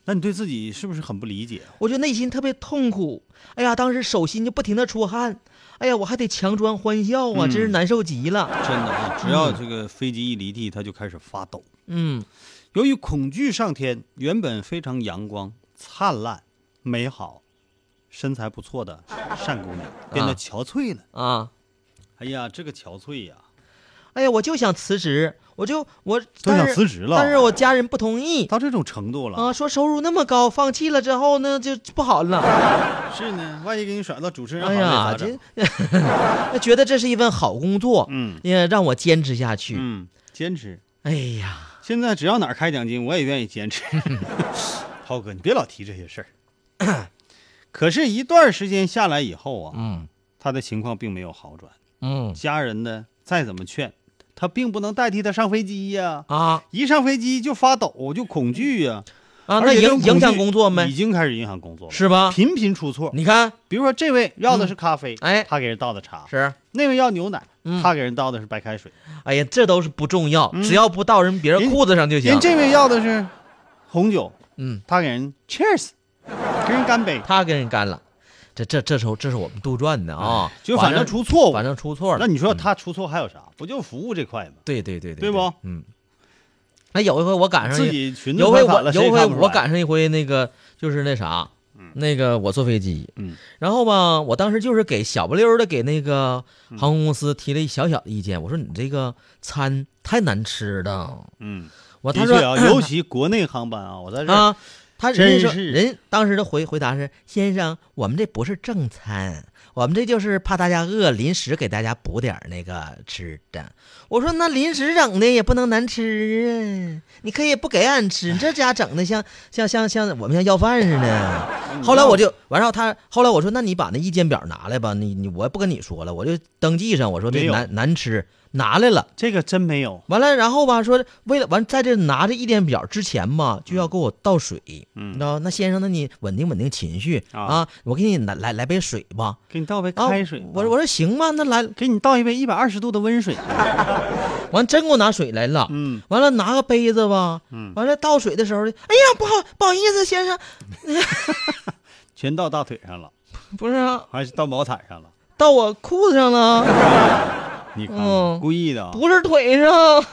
Speaker 4: 那你对自己是不是很不理解？
Speaker 5: 我就内心特别痛苦。哎呀，当时手心就不停的出汗。哎呀，我还得强装欢笑啊，
Speaker 4: 嗯
Speaker 5: 真是难受极了。
Speaker 4: 真的啊，只要这个飞机一离地，他就开始发抖。
Speaker 5: 嗯，
Speaker 4: 由于恐惧上天，原本非常阳光、灿烂、美好、身材不错的单姑娘变得
Speaker 5: 啊
Speaker 4: 憔悴了。
Speaker 5: 啊，
Speaker 4: 哎呀，这个憔悴呀、
Speaker 5: 哎呀，我就想辞职，我就我
Speaker 4: 都
Speaker 5: 但
Speaker 4: 想
Speaker 5: 是
Speaker 4: 辞职了
Speaker 5: 但是我家人不同意
Speaker 4: 到这种程度了
Speaker 5: 啊，说收入那么高，放弃了之后呢就不好了。
Speaker 4: 是呢，万一给你甩到主持人
Speaker 5: 哎
Speaker 4: 行列咋
Speaker 5: 呀，
Speaker 4: 整？
Speaker 5: 这觉得这是一份好工作，
Speaker 4: 嗯
Speaker 5: 也让我坚持下去。
Speaker 4: 嗯，坚持。
Speaker 5: 哎呀，
Speaker 4: 现在只要哪儿开奖金，我也愿意 [laughs] 坚持。涛哥，你别老提这些事儿。 [coughs] 可是，一段时间下来以后啊，
Speaker 5: 嗯
Speaker 4: 他的情况并没有好转。
Speaker 5: 嗯
Speaker 4: 家人呢，再怎么劝，他并不能代替他上飞机呀、
Speaker 5: 啊
Speaker 4: 一上飞机就发抖，就恐惧呀、
Speaker 5: 啊，
Speaker 4: 而
Speaker 5: 那
Speaker 4: 且这种
Speaker 5: 影影
Speaker 4: 恐
Speaker 5: 响
Speaker 4: 惧
Speaker 5: 工作
Speaker 4: 已
Speaker 5: 没？
Speaker 4: 经开始影响工作了，
Speaker 5: 是吧？
Speaker 4: 频频出错。
Speaker 5: 你看
Speaker 4: 比如说，这位要的是咖啡，
Speaker 5: 哎
Speaker 4: 他给人倒的茶；
Speaker 5: 是，
Speaker 4: 那位要牛奶，
Speaker 5: 嗯
Speaker 4: 他给人倒的是白开水；
Speaker 5: 哎呀，这都是不重要，
Speaker 4: 嗯
Speaker 5: 只要不到人别人
Speaker 4: 人
Speaker 5: 裤子上就行啊
Speaker 4: 人。这位要的是红酒，
Speaker 5: 嗯，
Speaker 4: 他给人 cheers，给人干杯。
Speaker 5: 他跟人干了，这这这时候这是我们杜撰的啊，
Speaker 4: 哎就反正出错误。
Speaker 5: 反正出错了。
Speaker 4: 那你说
Speaker 5: 嗯
Speaker 4: 他出错还有啥？不就服务这块吗？
Speaker 5: 对对对对，
Speaker 4: 对不
Speaker 5: 嗯，那有一回我赶上
Speaker 4: 自
Speaker 5: 一，
Speaker 4: 己裙子
Speaker 5: 有一回
Speaker 4: 穿反
Speaker 5: 我
Speaker 4: 了，
Speaker 5: 有
Speaker 4: 谁也
Speaker 5: 一回
Speaker 4: 看不出
Speaker 5: 我
Speaker 4: 来
Speaker 5: 赶上一回那个就是那啥，那个我坐飞机，
Speaker 4: 嗯，
Speaker 5: 然后吧，我当时就是给小不溜儿的给那个
Speaker 4: 嗯
Speaker 5: 航空公司提了一小小的意见，我说你这个餐太难吃了，
Speaker 4: 嗯，
Speaker 5: 我他
Speaker 4: 的
Speaker 5: 说
Speaker 4: 确啊，尤其国内航班啊，我在这儿
Speaker 5: 啊，他人
Speaker 4: 真
Speaker 5: 家说
Speaker 4: 是
Speaker 5: 人当时的回回答是：先生，我们这不是正餐，我们这就是怕大家饿，临时给大家补点儿那个吃的。我说那临时整的也不能难吃啊，你可以不给俺吃，你这家整的像像像像我们像要饭似的。
Speaker 4: 嗯
Speaker 5: 后来我就完事儿他后来我说那你把那意见表拿来吧，你你我也不跟你说了，我就登记上，我说
Speaker 4: 没
Speaker 5: 这
Speaker 4: 有
Speaker 5: 难难吃，拿来了。
Speaker 4: 这个真没有，
Speaker 5: 完了，然后吧，说为了完，在这拿着意见表之前吧，就要给我倒水，
Speaker 4: 嗯
Speaker 5: 你知道？那先生，那你稳定稳定情绪
Speaker 4: 啊
Speaker 5: 我给你来来来杯水吧。
Speaker 4: 给你倒杯
Speaker 5: 啊，
Speaker 4: 开水吧。
Speaker 5: 我说我说行吧，那来，
Speaker 4: 哦给你倒一杯一百二十度的温 [laughs] 水。
Speaker 5: 完真给我拿水来了，
Speaker 4: 嗯，
Speaker 5: 完了拿个杯子吧，
Speaker 4: 嗯
Speaker 5: 完了倒水的时候，哎呀，不好不好意思，先生，
Speaker 4: 全倒大腿上了，
Speaker 5: 不是啊
Speaker 4: 还是倒毛毯上了？
Speaker 5: 到我裤子上了，
Speaker 4: 你看
Speaker 5: 嗯
Speaker 4: 看，故意的啊。
Speaker 5: 不是腿上，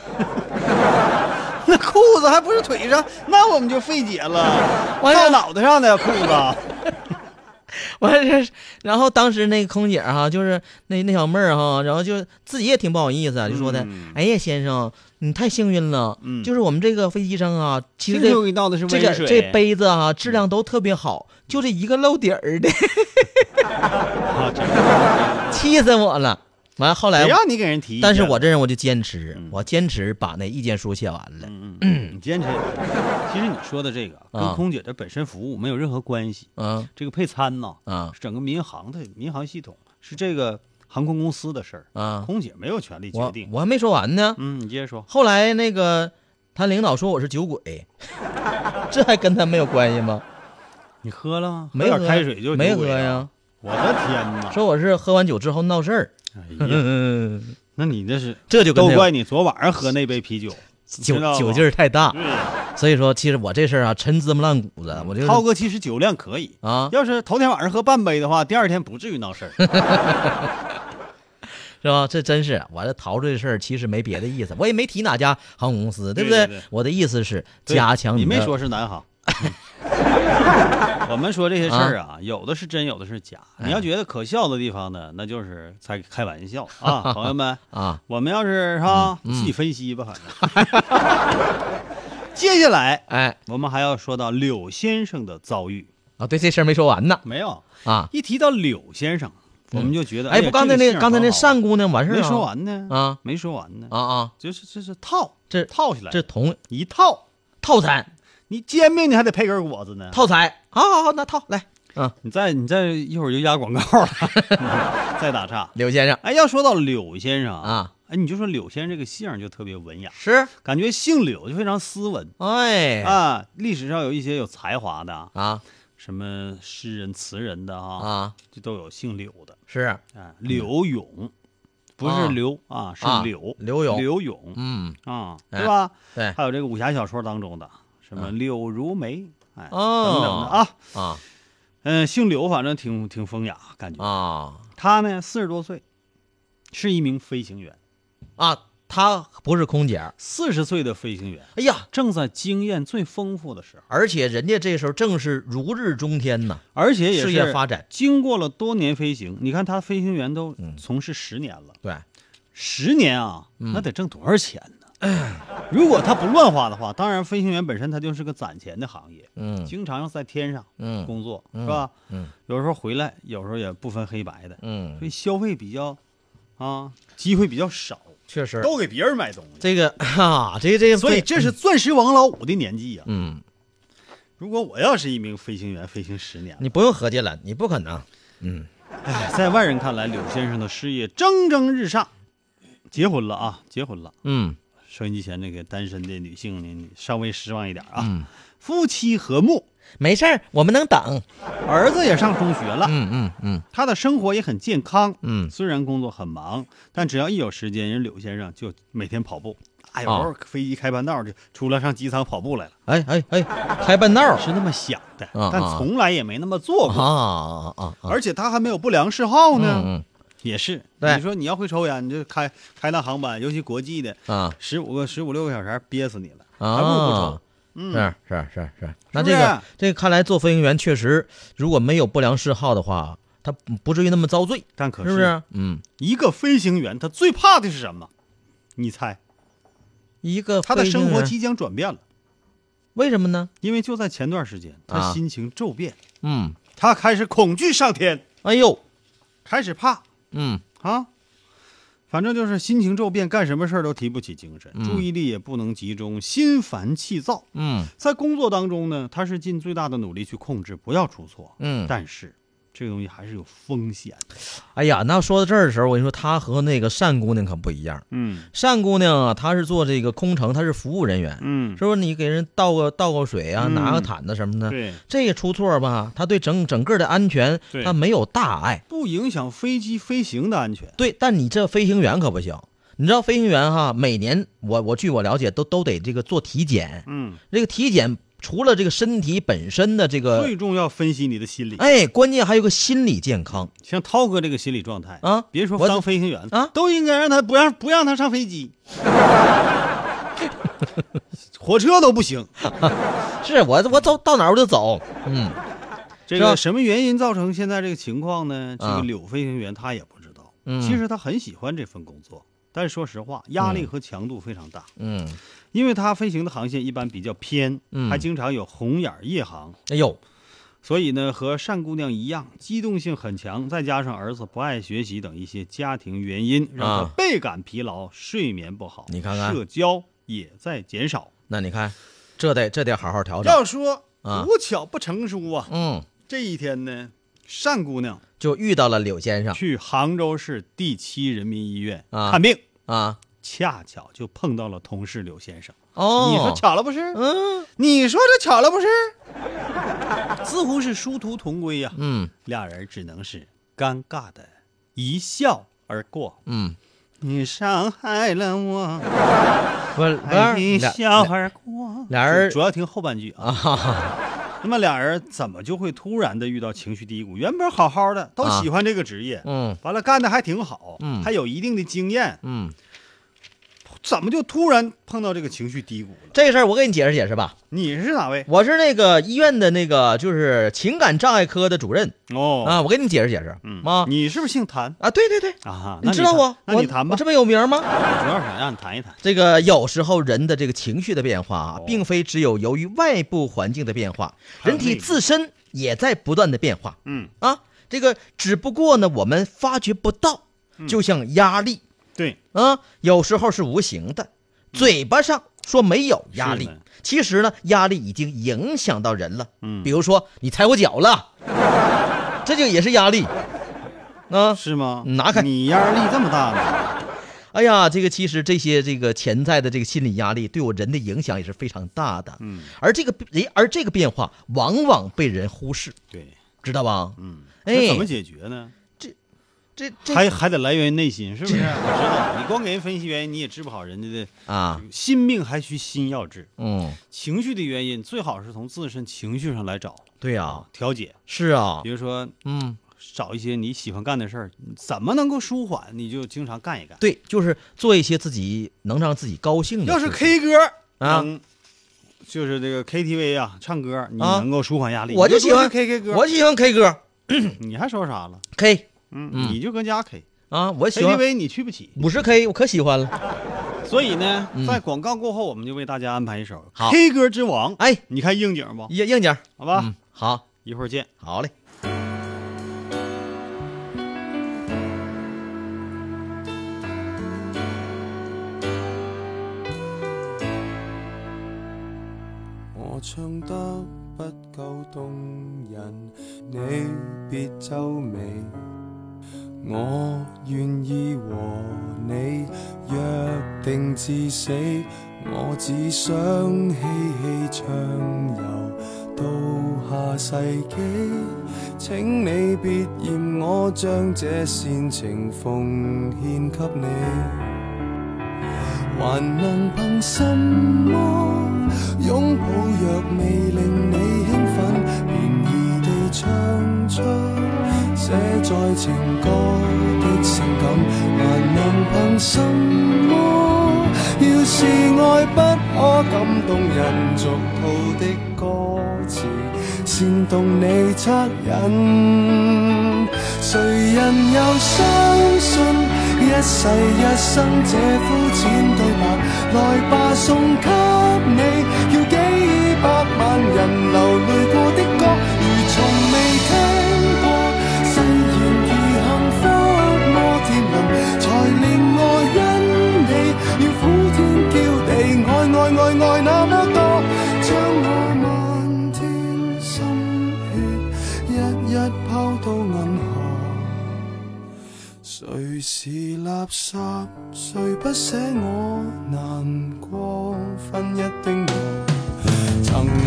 Speaker 4: 那裤子还不是 [laughs] 腿上，那我们就费解了。
Speaker 5: 完了
Speaker 4: 到脑袋上的裤 [laughs] 子，
Speaker 5: [laughs] 完事儿，然后当时那个空姐儿哈、就是那那小妹儿哈、然后就自己也挺不好意思啊，就说的，
Speaker 4: 嗯
Speaker 5: 哎呀，先生，你太幸运了，
Speaker 4: 嗯
Speaker 5: 就是我们这个飞机上啊，其实
Speaker 4: 听说
Speaker 5: 这
Speaker 4: 给你倒的是
Speaker 5: 这
Speaker 4: 温
Speaker 5: 个
Speaker 4: 水。
Speaker 5: 这杯子啊，质量都特别好，就这一个漏底儿的，
Speaker 4: [laughs] 啊，真的
Speaker 5: [laughs] 气死我了。完后来
Speaker 4: 谁，让你给人提意见了？
Speaker 5: 但是我这人我就坚持，
Speaker 4: 嗯
Speaker 5: 我坚持把那意见书写完了。
Speaker 4: 嗯，嗯，你坚持。其实你说的这个
Speaker 5: 啊
Speaker 4: 跟空姐的本身服务没有任何关系。
Speaker 5: 嗯
Speaker 4: 这个配餐呢，
Speaker 5: 啊
Speaker 4: 是整个民航的民航系统是这个航空公司的事儿，
Speaker 5: 啊，
Speaker 4: 空姐没有权利决
Speaker 5: 我
Speaker 4: 定。
Speaker 5: 我还没说完呢。
Speaker 4: 嗯，你接着说。
Speaker 5: 后来那个他领导说我是酒鬼，这还跟他没有关系吗？
Speaker 4: 你喝了吗？
Speaker 5: 没
Speaker 4: 喝
Speaker 5: 喝
Speaker 4: 点开水就
Speaker 5: 没
Speaker 4: 酒
Speaker 5: 喝
Speaker 4: 鬼
Speaker 5: 呀
Speaker 4: 啊。。我的天哪！
Speaker 5: 说我是喝完酒之后闹事儿，
Speaker 4: 哎呀，
Speaker 5: 嗯，
Speaker 4: 那你这是
Speaker 5: 这就跟
Speaker 4: 都
Speaker 5: 他有
Speaker 4: 怪你昨晚上喝那杯啤酒。
Speaker 5: 酒
Speaker 4: 知道吗
Speaker 5: 酒劲儿太大，
Speaker 4: 对，
Speaker 5: 所以说其实我这事儿啊，陈芝麻烂谷子，我就是
Speaker 4: 涛哥其实酒量可以，
Speaker 5: 啊，
Speaker 4: 要是头天晚上喝半杯的话，第二天不至于闹事儿。
Speaker 5: 是吧？这真是我这逃出这事儿，其实没别的意思，我也没提哪家航空公司，对不
Speaker 4: 对对对
Speaker 5: 我的意思是
Speaker 4: 对
Speaker 5: [laughs] 加强
Speaker 4: 你
Speaker 5: 的
Speaker 4: 没说是南
Speaker 5: [laughs]
Speaker 4: 航。我们说这些事儿啊，有的是真，有的是假。
Speaker 5: 哎
Speaker 4: 你要觉得可笑的地方呢，那就是在开玩笑
Speaker 5: [laughs]
Speaker 4: 啊，朋友们。
Speaker 5: 啊，
Speaker 4: 我们要是哈
Speaker 5: 嗯嗯
Speaker 4: 自己分析吧，反正。 [laughs] 接下来
Speaker 5: 哎
Speaker 4: 我们还要说到柳先生的遭遇，
Speaker 5: 啊，对这事儿没说完呢
Speaker 4: 没有
Speaker 5: 啊，
Speaker 4: 一提到柳先生，我们就觉得
Speaker 5: 哎不，刚才那
Speaker 4: 个
Speaker 5: 刚才那
Speaker 4: 上
Speaker 5: 单姑娘完事儿
Speaker 4: 啊没
Speaker 5: 了
Speaker 4: 说完呢
Speaker 5: 啊
Speaker 4: 没说完呢，
Speaker 5: 啊啊，
Speaker 4: 就是这是套
Speaker 5: 这
Speaker 4: 套起来，
Speaker 5: 这同
Speaker 4: 一套，
Speaker 5: 套餐
Speaker 4: 你煎饼你还得配根果子呢，
Speaker 5: 套餐，好好好，那套来，嗯，
Speaker 4: 你再你再一会儿就压广告了， [laughs] 再打岔。
Speaker 5: 刘先生
Speaker 4: 哎，要说到柳先生
Speaker 5: 啊，
Speaker 4: 哎，你就说柳先生这个姓儿就特别文雅，
Speaker 5: 是，
Speaker 4: 感觉姓柳就非常斯文
Speaker 5: 哎
Speaker 4: 啊。历史上有一些有才华的啊，
Speaker 5: 啊
Speaker 4: 什么诗人、词人的啊，
Speaker 5: 啊
Speaker 4: 啊这都有姓柳的
Speaker 5: 是
Speaker 4: 啊。柳永、不
Speaker 5: 啊
Speaker 4: 是刘啊，是
Speaker 5: 啊
Speaker 4: 柳
Speaker 5: 柳永
Speaker 4: 柳永
Speaker 5: 嗯，
Speaker 4: 啊，
Speaker 5: 哎
Speaker 4: 对吧？
Speaker 5: 对
Speaker 4: 还有这个武侠小说当中的什么
Speaker 5: 嗯
Speaker 4: 柳如梅，哎，
Speaker 5: 哦
Speaker 4: 等等的啊，
Speaker 5: 啊
Speaker 4: 嗯，姓柳，反正挺挺风雅，感觉。
Speaker 5: 啊
Speaker 4: 他呢，四十多岁，是一名飞行员，
Speaker 5: 啊，她不是空姐儿，
Speaker 4: 四十岁的飞行员，
Speaker 5: 哎呀，
Speaker 4: 正在经验最丰富的时候，
Speaker 5: 而且人家这时候正是如日中天呐，
Speaker 4: 而且也是
Speaker 5: 事业发展，
Speaker 4: 经过了多年飞行，你看他飞行员都
Speaker 5: 嗯
Speaker 4: 从事十年了，
Speaker 5: 对，
Speaker 4: 十年啊，
Speaker 5: 嗯
Speaker 4: 那得挣多少钱呢？ [clears throat] 如果他不乱花的话，当然飞行员本身他就是个攒钱的行业，
Speaker 5: 嗯
Speaker 4: 经常在天上
Speaker 5: 嗯
Speaker 4: 工作、
Speaker 5: 嗯
Speaker 4: 是吧？
Speaker 5: 嗯
Speaker 4: 有时候回来，有时候也不分黑白的，所
Speaker 5: 嗯，
Speaker 4: 以消费比较啊，机会比较少，
Speaker 5: 确实，
Speaker 4: 都给别人买东西，
Speaker 5: 这个啊，这这，
Speaker 4: 所以这是钻石王老五的年纪呀、
Speaker 5: 嗯，
Speaker 4: 如果我要是一名飞行员，飞行十年了，
Speaker 5: 你不用合计了，你不可能，嗯
Speaker 4: 哎，在外人看来，柳先生的事业蒸蒸日上，结婚了啊，结婚了。
Speaker 5: 嗯
Speaker 4: 收音机前那个单身的女性呢，你稍微失望一点啊，
Speaker 5: 嗯，
Speaker 4: 夫妻和睦，
Speaker 5: 没事儿，我们能等，
Speaker 4: 儿子也上中学了，
Speaker 5: 嗯嗯嗯
Speaker 4: 他的生活也很健康。
Speaker 5: 嗯，
Speaker 4: 虽然工作很忙，但只要一有时间，人柳先生就每天跑步。哎，有时
Speaker 5: 啊
Speaker 4: 候飞机开半道就出来上机舱跑步来了，
Speaker 5: 哎哎哎，开半道儿
Speaker 4: 是那么想的，
Speaker 5: 啊
Speaker 4: 但
Speaker 5: 啊
Speaker 4: 从来也没那么做过。
Speaker 5: 啊啊啊，
Speaker 4: 而且他还没有不良嗜好呢，
Speaker 5: 嗯
Speaker 4: 也是。
Speaker 5: 对
Speaker 4: 你说你要会抽烟，你就开开那航班，尤其国际的，
Speaker 5: 嗯啊
Speaker 4: 十五个十五六个小时儿憋死你了，还不如不
Speaker 5: 啊
Speaker 4: 抽。。嗯，
Speaker 5: 是是是是，那
Speaker 4: 是不
Speaker 5: 这个
Speaker 4: 是
Speaker 5: 这个看来做飞行员确实，如果没有不良嗜好的话，他不不至于那么遭罪，
Speaker 4: 但可
Speaker 5: 是不是？嗯，
Speaker 4: 一个飞行员他最怕的是什么？你猜，
Speaker 5: 一个
Speaker 4: 他的
Speaker 5: 飞行
Speaker 4: 生活
Speaker 5: 员
Speaker 4: 即将转变了，
Speaker 5: 为什么呢？
Speaker 4: 因为就在前段时间，
Speaker 5: 啊
Speaker 4: 他心情骤变，
Speaker 5: 嗯，
Speaker 4: 他开始恐惧上天，
Speaker 5: 哎呦，
Speaker 4: 开始怕
Speaker 5: 嗯
Speaker 4: 啊。反正就是心情骤变，干什么事儿都提不起精神，
Speaker 5: 嗯
Speaker 4: 注意力也不能集中，心烦气躁。
Speaker 5: 嗯
Speaker 4: 在工作当中呢，他是尽最大的努力去控制，不要出错。
Speaker 5: 嗯，
Speaker 4: 但是这个东西还是有风险的。
Speaker 5: 哎呀，那说到这儿的时候，我跟你说，她和那个单姑娘可不一样。
Speaker 4: 嗯
Speaker 5: 单姑娘啊，她是做这个空乘，她是服务人员，
Speaker 4: 嗯，
Speaker 5: 是不是？你给人倒个倒个水啊，
Speaker 4: 嗯
Speaker 5: 拿个毯子什么的，
Speaker 4: 对，
Speaker 5: 这个出错吧，她对整整个的安全，
Speaker 4: 对
Speaker 5: 她没有大碍。
Speaker 4: 不影响飞机飞行的安全。
Speaker 5: 对，但你这飞行员可不行。你知道飞行员哈，每年我我据我了解，都都得这个做体检。
Speaker 4: 嗯，
Speaker 5: 这个体检除了这个身体本身的这个，
Speaker 4: 最重要分析你的心理，
Speaker 5: 哎，关键还有个心理健康
Speaker 4: 像涛哥这个心理状态
Speaker 5: 啊
Speaker 4: 别说
Speaker 5: 我
Speaker 4: 当飞行员
Speaker 5: 啊
Speaker 4: 都应该让他不让不让他上飞机，火车都不行。
Speaker 5: 是我我走到哪儿我就走，嗯，
Speaker 4: 这
Speaker 5: 是吧
Speaker 4: 个什么原因造成现在这个情况呢？这
Speaker 5: 啊
Speaker 4: 个柳飞行员他也不知道，
Speaker 5: 嗯
Speaker 4: 其实他很喜欢这份工作。但是说实话，压力和强度非常大，
Speaker 5: 嗯，
Speaker 4: 因为他飞行的航线一般比较偏，
Speaker 5: 嗯
Speaker 4: 还经常有红眼儿夜航，
Speaker 5: 哎呦，
Speaker 4: 所以呢，和单姑娘一样，机动性很强，再加上儿子不爱学习等一些家庭原因，让
Speaker 5: 啊
Speaker 4: 她倍感疲劳，睡眠不好，
Speaker 5: 你看看
Speaker 4: 社交也在减少。
Speaker 5: 那你看，这得这得好好调整。
Speaker 4: 要说
Speaker 5: 啊
Speaker 4: 无巧不成书啊，
Speaker 5: 嗯，
Speaker 4: 这一天呢，单姑娘
Speaker 5: 就遇到了柳先生
Speaker 4: 去杭州市第七人民医院
Speaker 5: 啊
Speaker 4: 看病，
Speaker 5: 啊。
Speaker 4: 恰巧就碰到了同事柳先生。
Speaker 5: 哦，
Speaker 4: 你说巧了不是？
Speaker 5: 嗯
Speaker 4: 你说这巧了
Speaker 5: [laughs]
Speaker 4: 不是？似乎是殊途同归呀、
Speaker 5: 嗯
Speaker 4: 俩人只能是尴尬的一笑而过。
Speaker 5: 嗯，
Speaker 4: 你伤害了我，
Speaker 5: 不是
Speaker 4: 还
Speaker 5: 不
Speaker 4: 一
Speaker 5: 是
Speaker 4: 哎笑
Speaker 5: 俩
Speaker 4: 而过。
Speaker 5: 俩人
Speaker 4: 主要听后半句啊。
Speaker 5: 啊哈哈，
Speaker 4: 那么俩人怎么就会突然的遇到情绪低谷？原本好好的，都
Speaker 5: 啊
Speaker 4: 喜欢这个职业，
Speaker 5: 嗯
Speaker 4: 完了干的还挺好，
Speaker 5: 嗯
Speaker 4: 还有一定的经验，
Speaker 5: 嗯。
Speaker 4: 怎么就突然碰到这个情绪低谷了？
Speaker 5: 这事儿我给你解释解释吧。
Speaker 4: 你是哪位？
Speaker 5: 我是那个医院的那个就是情感障碍科的主任
Speaker 4: 哦，
Speaker 5: 啊，我给你解释解释。
Speaker 4: 嗯
Speaker 5: 妈
Speaker 4: 你是不是姓谭
Speaker 5: 啊，对对对，
Speaker 4: 啊？
Speaker 5: 你
Speaker 4: 那
Speaker 5: 知道
Speaker 4: 谈
Speaker 5: 我，
Speaker 4: 那你
Speaker 5: 我
Speaker 4: 谈吧
Speaker 5: 我。这么有名吗？
Speaker 4: 主要是想让你谈一谈。
Speaker 5: 这个有时候人的这个情绪的变化啊
Speaker 4: 哦，
Speaker 5: 并非只有由于外部环境的变化，
Speaker 4: 还有
Speaker 5: 人体
Speaker 4: 内部
Speaker 5: 自身也在不断的变化
Speaker 4: 嗯，
Speaker 5: 啊。这个只不过呢，我们发觉不到，
Speaker 4: 嗯
Speaker 5: 就像压力
Speaker 4: 对，
Speaker 5: 啊，有时候是无形的，嘴巴上说没有压力
Speaker 4: 嗯是的，
Speaker 5: 其实呢，压力已经影响到人了。
Speaker 4: 嗯
Speaker 5: 比如说你踩我脚了， [laughs] 这就也是压力。啊，
Speaker 4: 是吗？
Speaker 5: 拿开
Speaker 4: 你压力这么大呢？
Speaker 5: 哎呀，这个其实这些这个潜在的这个心理压力对我人的影响也是非常大的。
Speaker 4: 嗯，
Speaker 5: 而这个人，而这个变化往往被人忽视，
Speaker 4: 对，
Speaker 5: 知道吧？
Speaker 4: 嗯，
Speaker 5: 哎
Speaker 4: 那怎么解决呢？
Speaker 5: 这这
Speaker 4: 还还得来源于内心，是不是？我知道，你光给人分析原因，你也治不好人家的
Speaker 5: 啊，
Speaker 4: 心病，还需心药治。
Speaker 5: 嗯，
Speaker 4: 情绪的原因最好是从自身情绪上来找
Speaker 5: 对呀、
Speaker 4: 调节，
Speaker 5: 是啊
Speaker 4: 比，如说
Speaker 5: 嗯，
Speaker 4: 找一些你喜欢干的事儿，怎么能够舒缓，你就经常干一干。
Speaker 5: 对，就是做一些自己能让自己高兴的
Speaker 4: 要
Speaker 5: 事
Speaker 4: 是
Speaker 5: 情。
Speaker 4: K 歌
Speaker 5: 嗯啊
Speaker 4: 能就是这个 KTV 啊，唱歌你
Speaker 5: 啊
Speaker 4: 能够舒缓压力。
Speaker 5: 我
Speaker 4: 你就
Speaker 5: 就喜欢
Speaker 4: K K 歌，
Speaker 5: 我喜欢 K 歌
Speaker 4: 你还说啥了？
Speaker 5: K
Speaker 4: 嗯，你就搁家 K。
Speaker 5: 啊，我喜欢
Speaker 4: KTV 你去不起，
Speaker 5: 五十 K，我可喜欢了。
Speaker 4: 所以呢，在广告过后，我们就为大家安排一首
Speaker 5: 嗯好
Speaker 4: K 歌之王。
Speaker 5: 哎，
Speaker 4: 你看应景不？
Speaker 5: 应应景儿，
Speaker 4: 好吧，
Speaker 5: 嗯，好，
Speaker 4: 一会儿见。
Speaker 5: 好嘞。
Speaker 6: 我唱得不夠動人，你別皺眉。我願意和你約定至死，我只想嬉戲暢遊到下世紀。請你別嫌我將這煽情奉獻給你。還能憑什麼擁抱？若未令你興奮，便宜地唱出寫在情歌的性感，還能憑什麼？要是愛不可感動人，俗套的歌詞煽動你惻隱，誰人又相信？一世一生這膚淺對白，來吧送給你，要幾百萬人流淚過的歌，如從未聽過，誓言如幸福摩天輪，才令我因你要苦天叫地愛愛愛愛那麼多，將我漫天心血一一拋到銀河。誰是垃圾？誰不捨我難過？分一丁和贈我。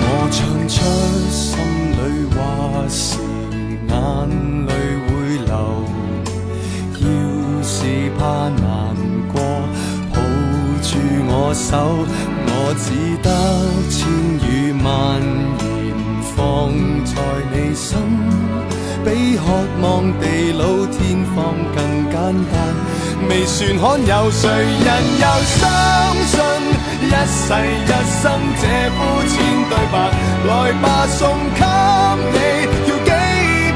Speaker 6: 我唱出心裏話時，眼淚會流。要是怕難過，抱住我手，我只得千語萬言放在你身，比渴望地老天荒更簡單。未算罕有，誰人又相信？一世一生這膚淺對白，來吧送給你，要幾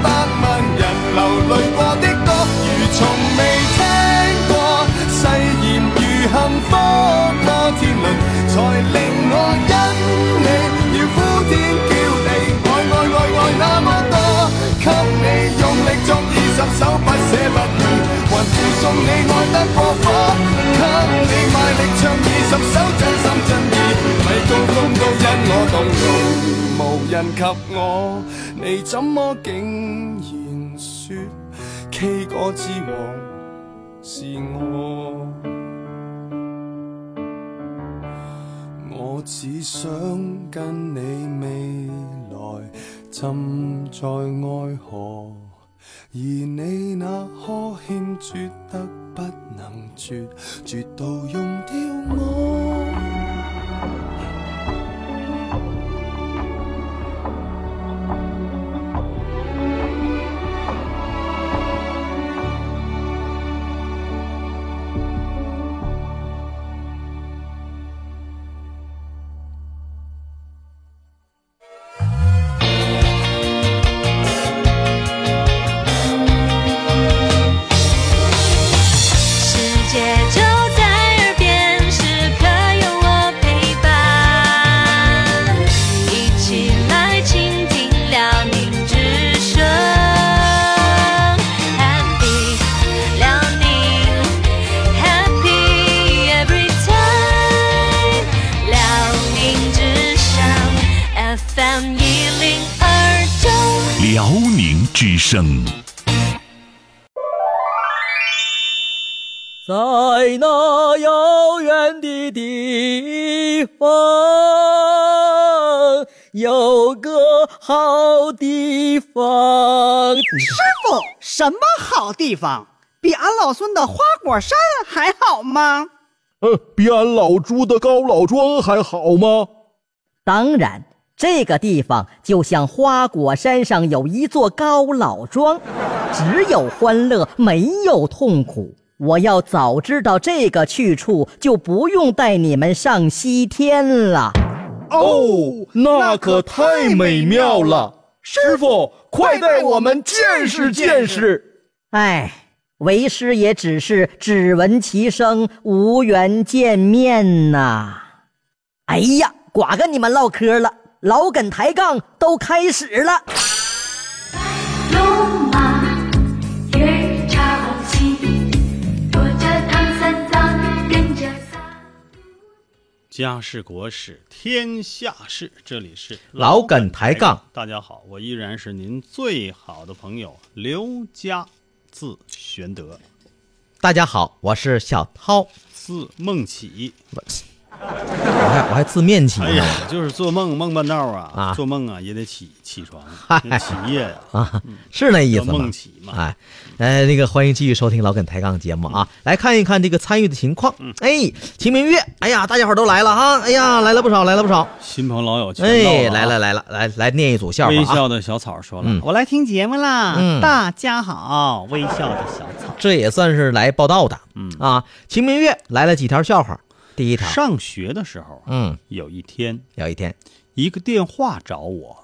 Speaker 6: 百萬人流淚過的歌，如從未聽過，誓言如幸福摩天輪，才令我因你要呼天叫地，愛愛愛愛那麼多，給你用力作二十首不捨不棄，還附送你愛得過火，給你賣力唱二十首真心真意，咪高峰都因我動容，無人及我，你怎麼竟然說 K 歌之王是我？我只想跟你未來浸在愛河，而你那呵欠絕得不能絕，絕到用掉我。
Speaker 7: 世界就在耳边，时刻有我陪伴。一起来倾听辽宁之声，Happy 辽宁，Happy every time。辽宁之声 FM 一零二九。
Speaker 8: 辽宁之声。
Speaker 5: 在那遥远的地方，有个好地方。
Speaker 8: 不，什么好地方？比俺老孙的花果山还好吗？
Speaker 9: 呃，比俺老朱的高老庄还好吗？
Speaker 10: 当然，这个地方就像花果山上有一座高老庄，只有欢乐，没有痛苦。我要早知道这个去处，就不用带你们上西天了。
Speaker 9: 哦，那可太美妙了！师傅，快带我们见识见识。
Speaker 10: 哎，为师也只是只闻其声，无缘见面呐、哎呀，寡跟你们唠嗑了，老梗抬杠都开始了。
Speaker 7: 龙马月叉红旗，驮着唐三藏，跟着撒。
Speaker 4: 家事国事天下事，这里是
Speaker 5: 老梗抬杠。
Speaker 4: 大家好，我依然是您最好的朋友刘家，字玄德，
Speaker 5: 大家好，我是小涛，
Speaker 4: 字梦起。
Speaker 5: 我还我还自面起呢。
Speaker 4: 哎呀，就是做梦梦半道啊，
Speaker 5: 嗯啊
Speaker 4: 做梦啊也得起起床
Speaker 5: [laughs] 嗨，
Speaker 4: 那起夜呀、
Speaker 5: 啊，是那意思
Speaker 4: 叫
Speaker 5: 吗
Speaker 4: 梦起？嘛
Speaker 5: 哎，呃，那个欢迎继续收听老梗抬杠节目啊，
Speaker 4: 嗯
Speaker 5: 来看一看这个参与的情况。哎，秦明月，哎呀，大家伙儿都来了哈，哎呀，来了不少，来了不少，
Speaker 4: 新朋老友全到
Speaker 5: 哎，来
Speaker 4: 了
Speaker 5: 了
Speaker 4: 啊。
Speaker 5: 来了，来来念一组笑
Speaker 4: 微
Speaker 5: 话啊，
Speaker 4: 笑的小草说了，
Speaker 5: 嗯
Speaker 8: 我来听节目啦！
Speaker 5: 嗯
Speaker 8: 大家好，微笑的小草。
Speaker 5: 这也算是来报道的。
Speaker 4: 嗯
Speaker 5: 啊，秦明月来了几条笑话，第一条，
Speaker 4: 上学的时候啊，
Speaker 5: 啊嗯，
Speaker 4: 有一天
Speaker 5: 有一天，
Speaker 4: 一个电话找我，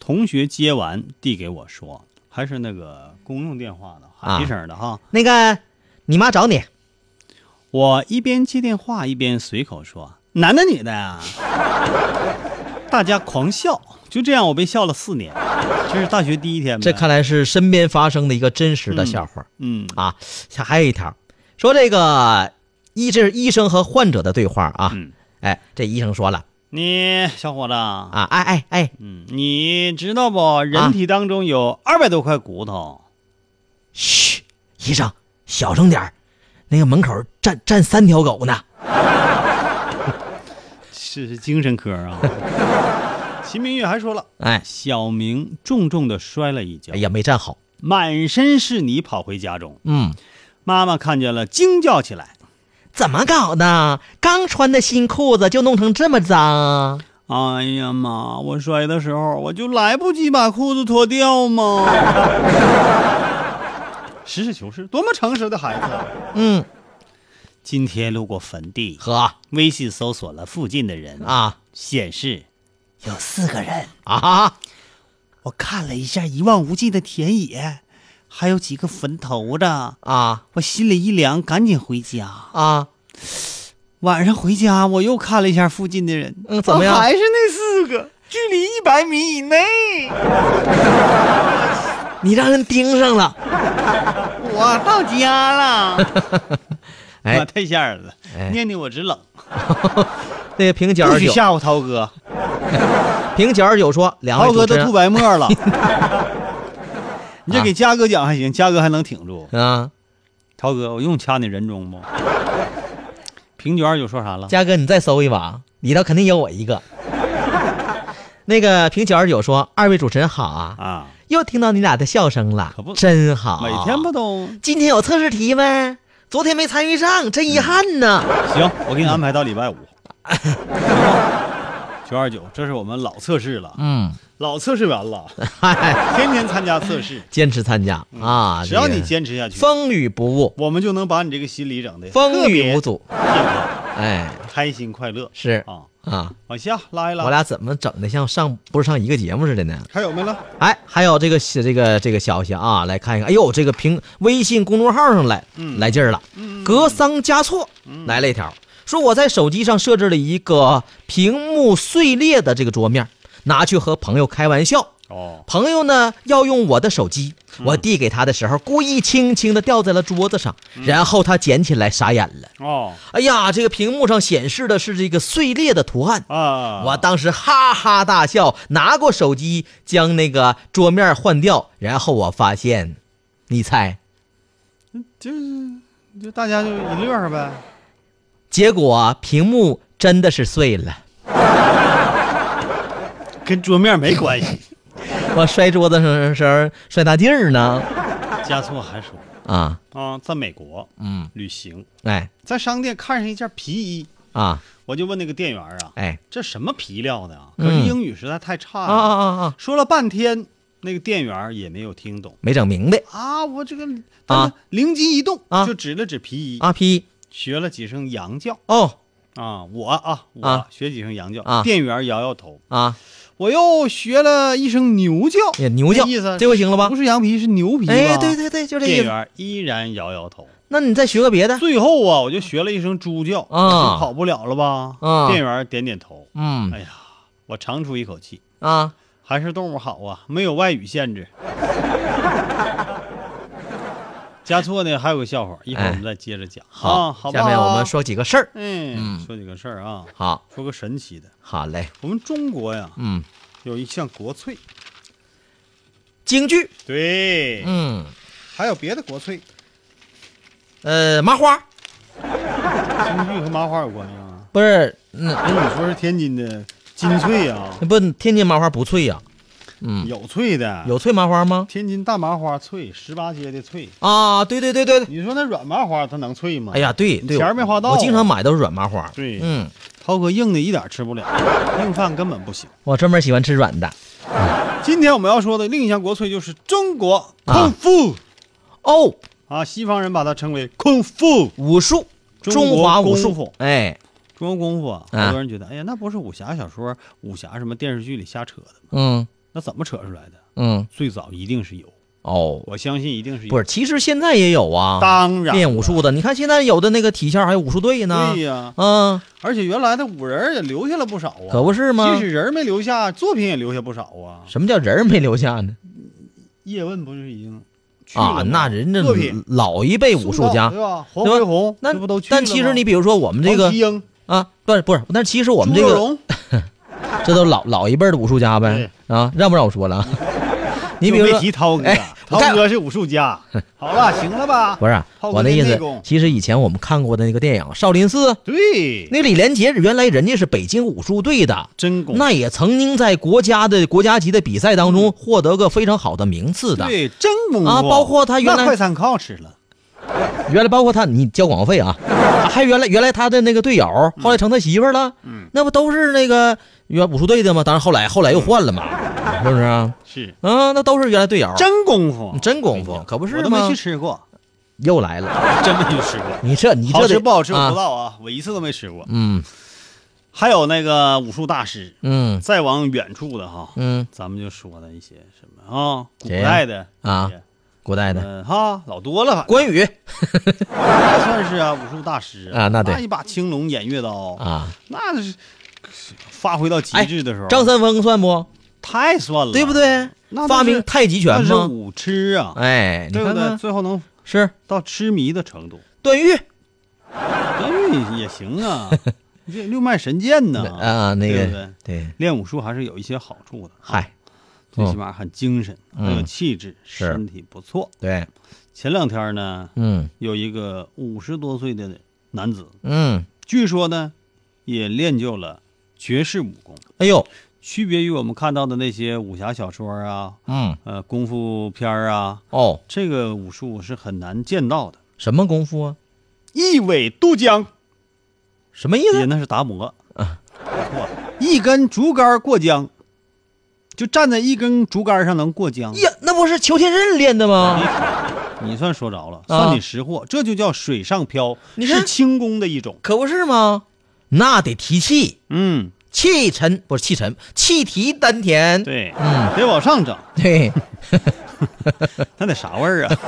Speaker 4: 同学接完递给我说，还是那个公用电话的，
Speaker 5: 啊
Speaker 4: 喊一声的哈。
Speaker 5: 那个你妈找你，
Speaker 4: 嗯我一边接电话一边随口说：“男的女的呀？” [laughs] 大家狂笑，就这样我被笑了四年，这是大学第一天呗。
Speaker 5: 这看来是身边发生的一个真实的笑话。
Speaker 4: 嗯
Speaker 5: 啊，像还有一条，说这个医这是医生和患者的对话啊。
Speaker 4: 嗯
Speaker 5: 哎，这医生说了
Speaker 4: 你小伙子啊，
Speaker 5: 啊，哎哎哎，
Speaker 4: 嗯，你知道不？人体当中有二百多块骨头，
Speaker 5: 嘘，医生小声点儿那个门口站站三条狗呢。
Speaker 4: 是是精神科啊。 [laughs] 秦明月还说了，
Speaker 5: 哎，
Speaker 4: 小明重重的摔了一跤，
Speaker 5: 哎呀，没站好。
Speaker 4: 满身是泥跑回家中，
Speaker 5: 嗯，
Speaker 4: 妈妈看见了惊叫起来。
Speaker 5: 怎么搞的？刚穿的新裤子就弄成这么脏啊？
Speaker 4: 哎呀妈！我摔的时候我就来不及把裤子脱掉嘛。 [laughs] 实事求是，多么诚实的孩子！啊
Speaker 5: 嗯，
Speaker 4: 今天路过坟地，
Speaker 5: 呵
Speaker 4: 微信搜索了附近的人，
Speaker 5: 啊
Speaker 4: 显示
Speaker 8: 有四个人，
Speaker 5: 啊，
Speaker 8: 我看了一下一望无际的田野，还有几个坟头子，
Speaker 5: 啊
Speaker 8: 我心里一凉，赶紧回家。
Speaker 5: 啊，
Speaker 8: 晚上回家，我又看了一下附近的人，
Speaker 5: 嗯，怎么样？
Speaker 8: 哦是那四个，距离一百米以内。
Speaker 5: 你让人盯上了。
Speaker 8: 我到家了，
Speaker 5: [laughs] 哎
Speaker 4: 妈太吓人了
Speaker 5: 哎，
Speaker 4: 念念我直冷，
Speaker 5: 那个平九
Speaker 4: 不
Speaker 5: 儿
Speaker 4: 许
Speaker 5: 九，
Speaker 4: 吓唬涛哥，
Speaker 5: 平九儿九说，两位
Speaker 4: 涛哥
Speaker 5: 主
Speaker 4: 都
Speaker 5: 持人
Speaker 4: 吐白沫
Speaker 5: [laughs]
Speaker 4: 了。你这给嘉哥讲还行，嘉哥还能挺住。
Speaker 5: 啊，
Speaker 4: 涛哥，我用掐你人中
Speaker 5: [laughs]
Speaker 4: 不？平卷儿有说啥了？
Speaker 5: 嘉哥，你再搜一把，里头肯定有我一个。那个平九二九说：“二位主持人好啊，
Speaker 4: 啊，
Speaker 5: 又听到你俩的笑声了，
Speaker 4: 可不
Speaker 5: 真好。
Speaker 4: 每天不都
Speaker 5: 今天有测试题没？昨天没参与上，真遗憾呢。
Speaker 4: 行，我给你安排到礼拜五。九二九，这是我们老测试了，
Speaker 5: 嗯，
Speaker 4: 老测试员了，
Speaker 5: [laughs] 嗨，
Speaker 4: 天天参加测试，
Speaker 5: 坚持参加啊！
Speaker 4: 只要
Speaker 5: 这个
Speaker 4: 你坚持下去，
Speaker 5: 风雨不误，
Speaker 4: 我们就能把你这个心理整的
Speaker 5: 风雨无阻，哎，
Speaker 4: 开心快乐
Speaker 5: 是
Speaker 4: 啊！
Speaker 5: 啊，
Speaker 4: 往下拉一拉，
Speaker 5: 我俩怎么整的像上不是上一个节目似的呢？
Speaker 4: 还有没了？
Speaker 5: 哎，还有这个小这个这个消息啊，来看一看。哎呦，这个平微信公众号上来、
Speaker 4: 嗯
Speaker 5: 来劲儿了，格桑加措、来了一条，说我在手机上设置了一个屏幕碎裂的这个桌面，拿去和朋友开玩笑。
Speaker 4: 哦，
Speaker 5: 朋友呢要用我的手机，我递给他的时候，故意轻轻的掉在了桌子上，然后他捡起来傻眼了。
Speaker 4: 哦
Speaker 5: 哎呀，这个屏幕上显示的是这个碎裂的图案。
Speaker 4: 啊，
Speaker 5: 我当时哈哈大笑，拿过手机将那个桌面换掉，然后我发现，你猜
Speaker 4: 就是就大家就一乐儿呗。
Speaker 5: 结果啊，屏幕真的是碎了，
Speaker 4: 跟桌面没关系。
Speaker 5: 我摔桌子上时候摔大劲儿呢。
Speaker 4: [laughs] 加措还说
Speaker 5: 啊，
Speaker 4: 啊，在美国
Speaker 5: 嗯，
Speaker 4: 旅行，
Speaker 5: 哎
Speaker 4: 在商店看上一件皮衣，
Speaker 5: 啊，
Speaker 4: 我就问那个店员啊，
Speaker 5: 哎
Speaker 4: 这什么皮料的啊？
Speaker 5: 嗯
Speaker 4: 可是英语实在太差
Speaker 5: 啊
Speaker 4: 了，
Speaker 5: 啊啊啊，
Speaker 4: 说了半天，那个店员也没有听懂
Speaker 5: 没整明白
Speaker 4: 啊。我这个
Speaker 5: 啊，
Speaker 4: 灵机一动
Speaker 5: 啊
Speaker 4: 就指了指皮衣，
Speaker 5: 啊批
Speaker 4: 学了几声洋叫
Speaker 5: 哦
Speaker 4: 啊，我啊我
Speaker 5: 啊
Speaker 4: 学几声洋叫，
Speaker 5: 啊
Speaker 4: 店员摇摇头，
Speaker 5: 啊，
Speaker 4: 我又学了一声牛叫，
Speaker 5: 也哎牛叫
Speaker 4: 这意思，
Speaker 5: 这回行了吧
Speaker 4: 不？是羊皮是牛皮吧，
Speaker 5: 哎，对对对，就这意
Speaker 4: 店
Speaker 5: 思。
Speaker 4: 员依然摇摇头。
Speaker 5: 那你再学个别的，
Speaker 4: 最后啊，我就学了一声猪叫
Speaker 5: 啊
Speaker 4: 就跑不了了吧？
Speaker 5: 啊
Speaker 4: 店员点点头，
Speaker 5: 嗯
Speaker 4: 哎呀，我长出一口气，
Speaker 5: 啊，
Speaker 4: 还是动物好啊，没有外语限
Speaker 5: [laughs]
Speaker 4: 制。加错呢，还有个笑话，一会儿我们再接着讲。啊、好不好
Speaker 5: 哎下面我们，说几个事儿。
Speaker 4: 嗯，
Speaker 5: 嗯
Speaker 4: 说几个事儿啊，
Speaker 5: 好，
Speaker 4: 说个神奇的，
Speaker 5: 好嘞，
Speaker 4: 我们中国呀
Speaker 5: 嗯，
Speaker 4: 有一项国粹，
Speaker 5: 京剧，
Speaker 4: 对，
Speaker 5: 嗯，
Speaker 4: 还有别的国粹，
Speaker 5: 呃，麻花
Speaker 4: 京剧和麻花有关系啊。
Speaker 5: 不是，嗯，
Speaker 4: 那你说是天津的金翠啊，
Speaker 5: 不，天津麻花不脆呀、嗯，
Speaker 4: 有脆的，
Speaker 5: 有脆麻花吗？
Speaker 4: 天津大麻花脆，十八街的脆。
Speaker 5: 啊，对对对对对，
Speaker 4: 你说那软麻花它能脆吗？
Speaker 5: 哎，呀，对对，
Speaker 4: 钱儿没花到啊
Speaker 5: 我经常买都是软麻花。
Speaker 4: 对
Speaker 5: 嗯，
Speaker 4: 涛哥硬的一点吃不了，硬饭根本不行。
Speaker 5: 我专门喜欢吃软的。
Speaker 4: 今天我们要说的另一项国粹就是中国空腹
Speaker 5: 哦，
Speaker 4: 啊西方人把它称为空腹。
Speaker 5: 武术，
Speaker 4: 中
Speaker 5: 中
Speaker 4: 国
Speaker 5: 华武
Speaker 4: 功
Speaker 5: 术
Speaker 4: 夫，
Speaker 5: 哎，
Speaker 4: 中国功夫啊，
Speaker 5: 啊
Speaker 4: 好多人觉得，哎呀，那不是武侠小说、武侠什么电视剧里瞎扯的吗？
Speaker 5: 嗯
Speaker 4: 那怎么扯出来的？
Speaker 5: 嗯，
Speaker 4: 最早一定是有，
Speaker 5: 哦，
Speaker 4: 我相信一定是有。
Speaker 5: 不是，其实现在也有啊，
Speaker 4: 当然了
Speaker 5: 练武术的，你看现在有的那个体校还有武术队呢。
Speaker 4: 对呀、
Speaker 5: 嗯，
Speaker 4: 而且原来的武人也留下了不少啊，
Speaker 5: 可不是吗
Speaker 4: 即？使人没留下，作品也留下不少啊。
Speaker 5: 什么叫人儿没留下呢？
Speaker 4: 叶问不是已经去了吗
Speaker 5: 啊，那人家
Speaker 4: 作品
Speaker 5: 老一辈武术家
Speaker 4: 对，吧？黄
Speaker 5: 对吧
Speaker 4: 飞鸿
Speaker 5: 那
Speaker 4: 这不都去了吗
Speaker 5: 但其实你比如说我们这
Speaker 4: 黄
Speaker 5: 个
Speaker 4: 麒英、
Speaker 5: 啊，不是不是，但其实我们
Speaker 4: 朱
Speaker 5: 这
Speaker 4: 德
Speaker 5: 个
Speaker 4: 荣
Speaker 5: 这都老老一辈儿的武术家呗啊，让不让我说了啊？你比如
Speaker 4: 就
Speaker 5: 说
Speaker 4: 没提涛哥
Speaker 5: 哎，
Speaker 4: 涛
Speaker 5: 我干
Speaker 4: 哥是武术
Speaker 5: [laughs]
Speaker 4: 家。好了，行了吧？
Speaker 5: 不是啊
Speaker 4: 涛哥
Speaker 5: 我那意
Speaker 4: 内
Speaker 5: 思
Speaker 4: 功，
Speaker 5: 其实以前我们看过的那个电影《少林寺》，
Speaker 4: 对，
Speaker 5: 那李连杰原来人家是北京武术队的，
Speaker 4: 真功夫嗯
Speaker 5: 那也曾经在国家的国家级的比赛当中获得个非常好的名次的。
Speaker 4: 对真功夫
Speaker 5: 啊包括他原来
Speaker 4: 那快餐靠吃了，
Speaker 5: 原来包括他，你交广告费
Speaker 4: [laughs]
Speaker 5: 啊，还原来原来他的那个队友，后来成他媳妇儿了，
Speaker 4: 嗯，
Speaker 5: 那不都是那个原武术队的吗？当然后来后来又换了嘛，
Speaker 4: 嗯
Speaker 5: 是 [laughs] 不是啊？
Speaker 4: 是
Speaker 5: 啊，那都是原来队友，
Speaker 4: 真功夫，
Speaker 5: 真功夫，可不
Speaker 4: 哎我
Speaker 5: 是
Speaker 4: 都没
Speaker 5: 吗
Speaker 4: 去？吃
Speaker 5: [laughs]
Speaker 4: 过，
Speaker 5: 又来了，
Speaker 4: 真没去吃过。
Speaker 5: 你这你
Speaker 4: 好
Speaker 5: 这
Speaker 4: 吃
Speaker 5: 得
Speaker 4: 不好吃我不知
Speaker 5: 啊？
Speaker 4: 道啊，我一次都没吃过。
Speaker 5: 嗯
Speaker 4: 还有那个武术大师，
Speaker 5: 嗯
Speaker 4: 再往远处的哈，
Speaker 5: 嗯，
Speaker 4: 咱们就说的一些什么啊，古
Speaker 5: 谁呀
Speaker 4: 代的
Speaker 5: 啊古代的
Speaker 4: 哎嗯哈，老多了吧，
Speaker 5: 关羽
Speaker 4: 那算是啊武术大师
Speaker 5: 啊那对
Speaker 4: 一把青龙偃月刀，
Speaker 5: 啊，
Speaker 4: 那是发挥到极致的时候，
Speaker 5: 哎张三丰算不？
Speaker 4: 太算了，
Speaker 5: 对不？对
Speaker 4: 那都？是
Speaker 5: 发明太极
Speaker 4: 那
Speaker 5: 拳
Speaker 4: 是
Speaker 5: 吗？
Speaker 4: 武痴啊，
Speaker 5: 哎，你
Speaker 4: 对不
Speaker 5: 看
Speaker 4: 对？
Speaker 5: 看，
Speaker 4: 最后能
Speaker 5: 是
Speaker 4: 到痴迷的程度，
Speaker 5: 段誉
Speaker 4: 哎也行啊， [laughs] 这六脉神剑呢
Speaker 5: 啊，那
Speaker 4: 对不
Speaker 5: 个
Speaker 4: 对
Speaker 5: 对，
Speaker 4: 练武术还是有一些好处的，
Speaker 5: 嗨，
Speaker 4: 最起码很精神，很有气质，
Speaker 5: 嗯是
Speaker 4: 身体不错。
Speaker 5: 对，
Speaker 4: 前两天呢，
Speaker 5: 嗯
Speaker 4: 有一个五十多岁的男子，
Speaker 5: 嗯，
Speaker 4: 据说呢，也练就了绝世武功，
Speaker 5: 哎呦，
Speaker 4: 区别于我们看到的那些武侠小说啊、
Speaker 5: 嗯
Speaker 4: 呃功夫片儿啊，
Speaker 5: 哦，
Speaker 4: 这个武术是很难见到的。
Speaker 5: 什么功夫啊？
Speaker 4: 一苇渡江，
Speaker 5: 什么意
Speaker 4: 也
Speaker 5: 思？
Speaker 4: 那是达摩
Speaker 5: 嗯
Speaker 4: 错了 [laughs] 一根竹竿过江，就站在一根竹竿上能过江。
Speaker 5: 哎呀，那不是裘天任练的吗？
Speaker 4: 啊你算说着了，
Speaker 5: 啊
Speaker 4: 算你识货，这就叫水上漂，
Speaker 5: 你看
Speaker 4: 是轻功的一种。
Speaker 5: 可不是吗？那得提气，
Speaker 4: 嗯，
Speaker 5: 气沉不是气沉，气提丹田。
Speaker 4: 对，
Speaker 5: 嗯，
Speaker 4: [laughs] 得往上整，
Speaker 5: 对，
Speaker 4: 那得啥味儿啊？ [laughs]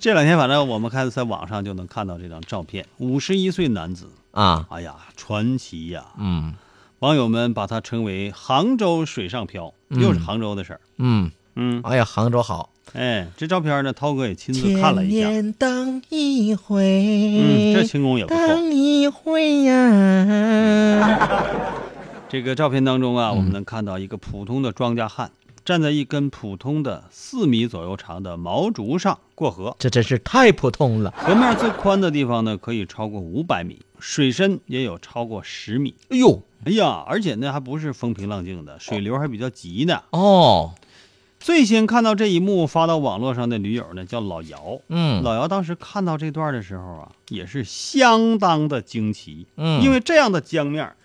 Speaker 4: 这两天反正我们看在网上就能看到这张照片，五十一岁男子，
Speaker 5: 啊，
Speaker 4: 哎呀，传奇呀、
Speaker 5: 嗯
Speaker 4: 网友们把他称为“杭州水上漂”，又是杭州的事儿。
Speaker 5: 嗯，
Speaker 4: 嗯，
Speaker 5: 哎呀，杭州好。
Speaker 4: 哎，这照片呢，涛哥也亲自看了一下。
Speaker 5: 等一回，
Speaker 4: 嗯，这轻功也不错。
Speaker 5: 一回呀。
Speaker 4: 这个照片当中啊，我们能看到一个普通的庄稼汉，站在一根普通的四米左右长的毛竹上过河。
Speaker 5: 这真是太普通了。
Speaker 4: 河面最宽的地方呢，可以超过五百米，水深也有超过十米。
Speaker 5: 哎呦，
Speaker 4: 哎呀，而且呢还不是风平浪静的，水流还比较急呢。
Speaker 5: 哦，
Speaker 4: 最先看到这一幕发到网络上的女友呢，叫老姚。
Speaker 5: 嗯
Speaker 4: 老姚当时看到这段的时候啊，也是相当的惊奇，
Speaker 5: 嗯
Speaker 4: 因为这样的江面儿，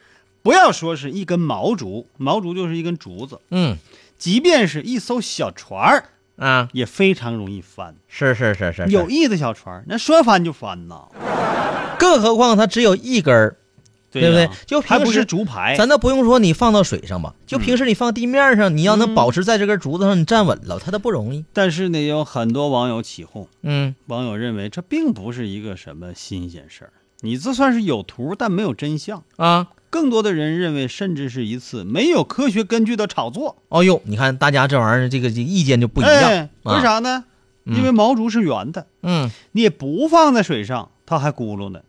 Speaker 4: 不要说是一根毛竹，毛竹就是一根竹子，
Speaker 5: 嗯
Speaker 4: 即便是一艘小船儿，
Speaker 5: 啊，
Speaker 4: 也非常容易翻。
Speaker 5: 是是是是，是
Speaker 4: 有，意的小船儿，那说翻就翻呐，
Speaker 5: 更何况它只有一根儿，对
Speaker 4: 呀
Speaker 5: 不对就平时
Speaker 4: 还不是竹排，
Speaker 5: 咱倒不用说你放到水上吧，就平时你放地面上，你要能保持在这根竹子上，你站稳了，它都不容易。
Speaker 4: 但是呢，也有很多网友起哄，
Speaker 5: 嗯，
Speaker 4: 网友认为这并不是一个什么新鲜事儿，你这算是有图但没有真相。
Speaker 5: 啊，
Speaker 4: 更多的人认为，甚至是一次没有科学根据的炒作。
Speaker 5: 哦呦，你看大家这玩意儿，这个这个意见就不一样
Speaker 4: 哎。为？
Speaker 5: 啊
Speaker 4: 啥呢？因为毛竹是圆的，
Speaker 5: 嗯
Speaker 4: 你也不放在水上，它还咕噜呢，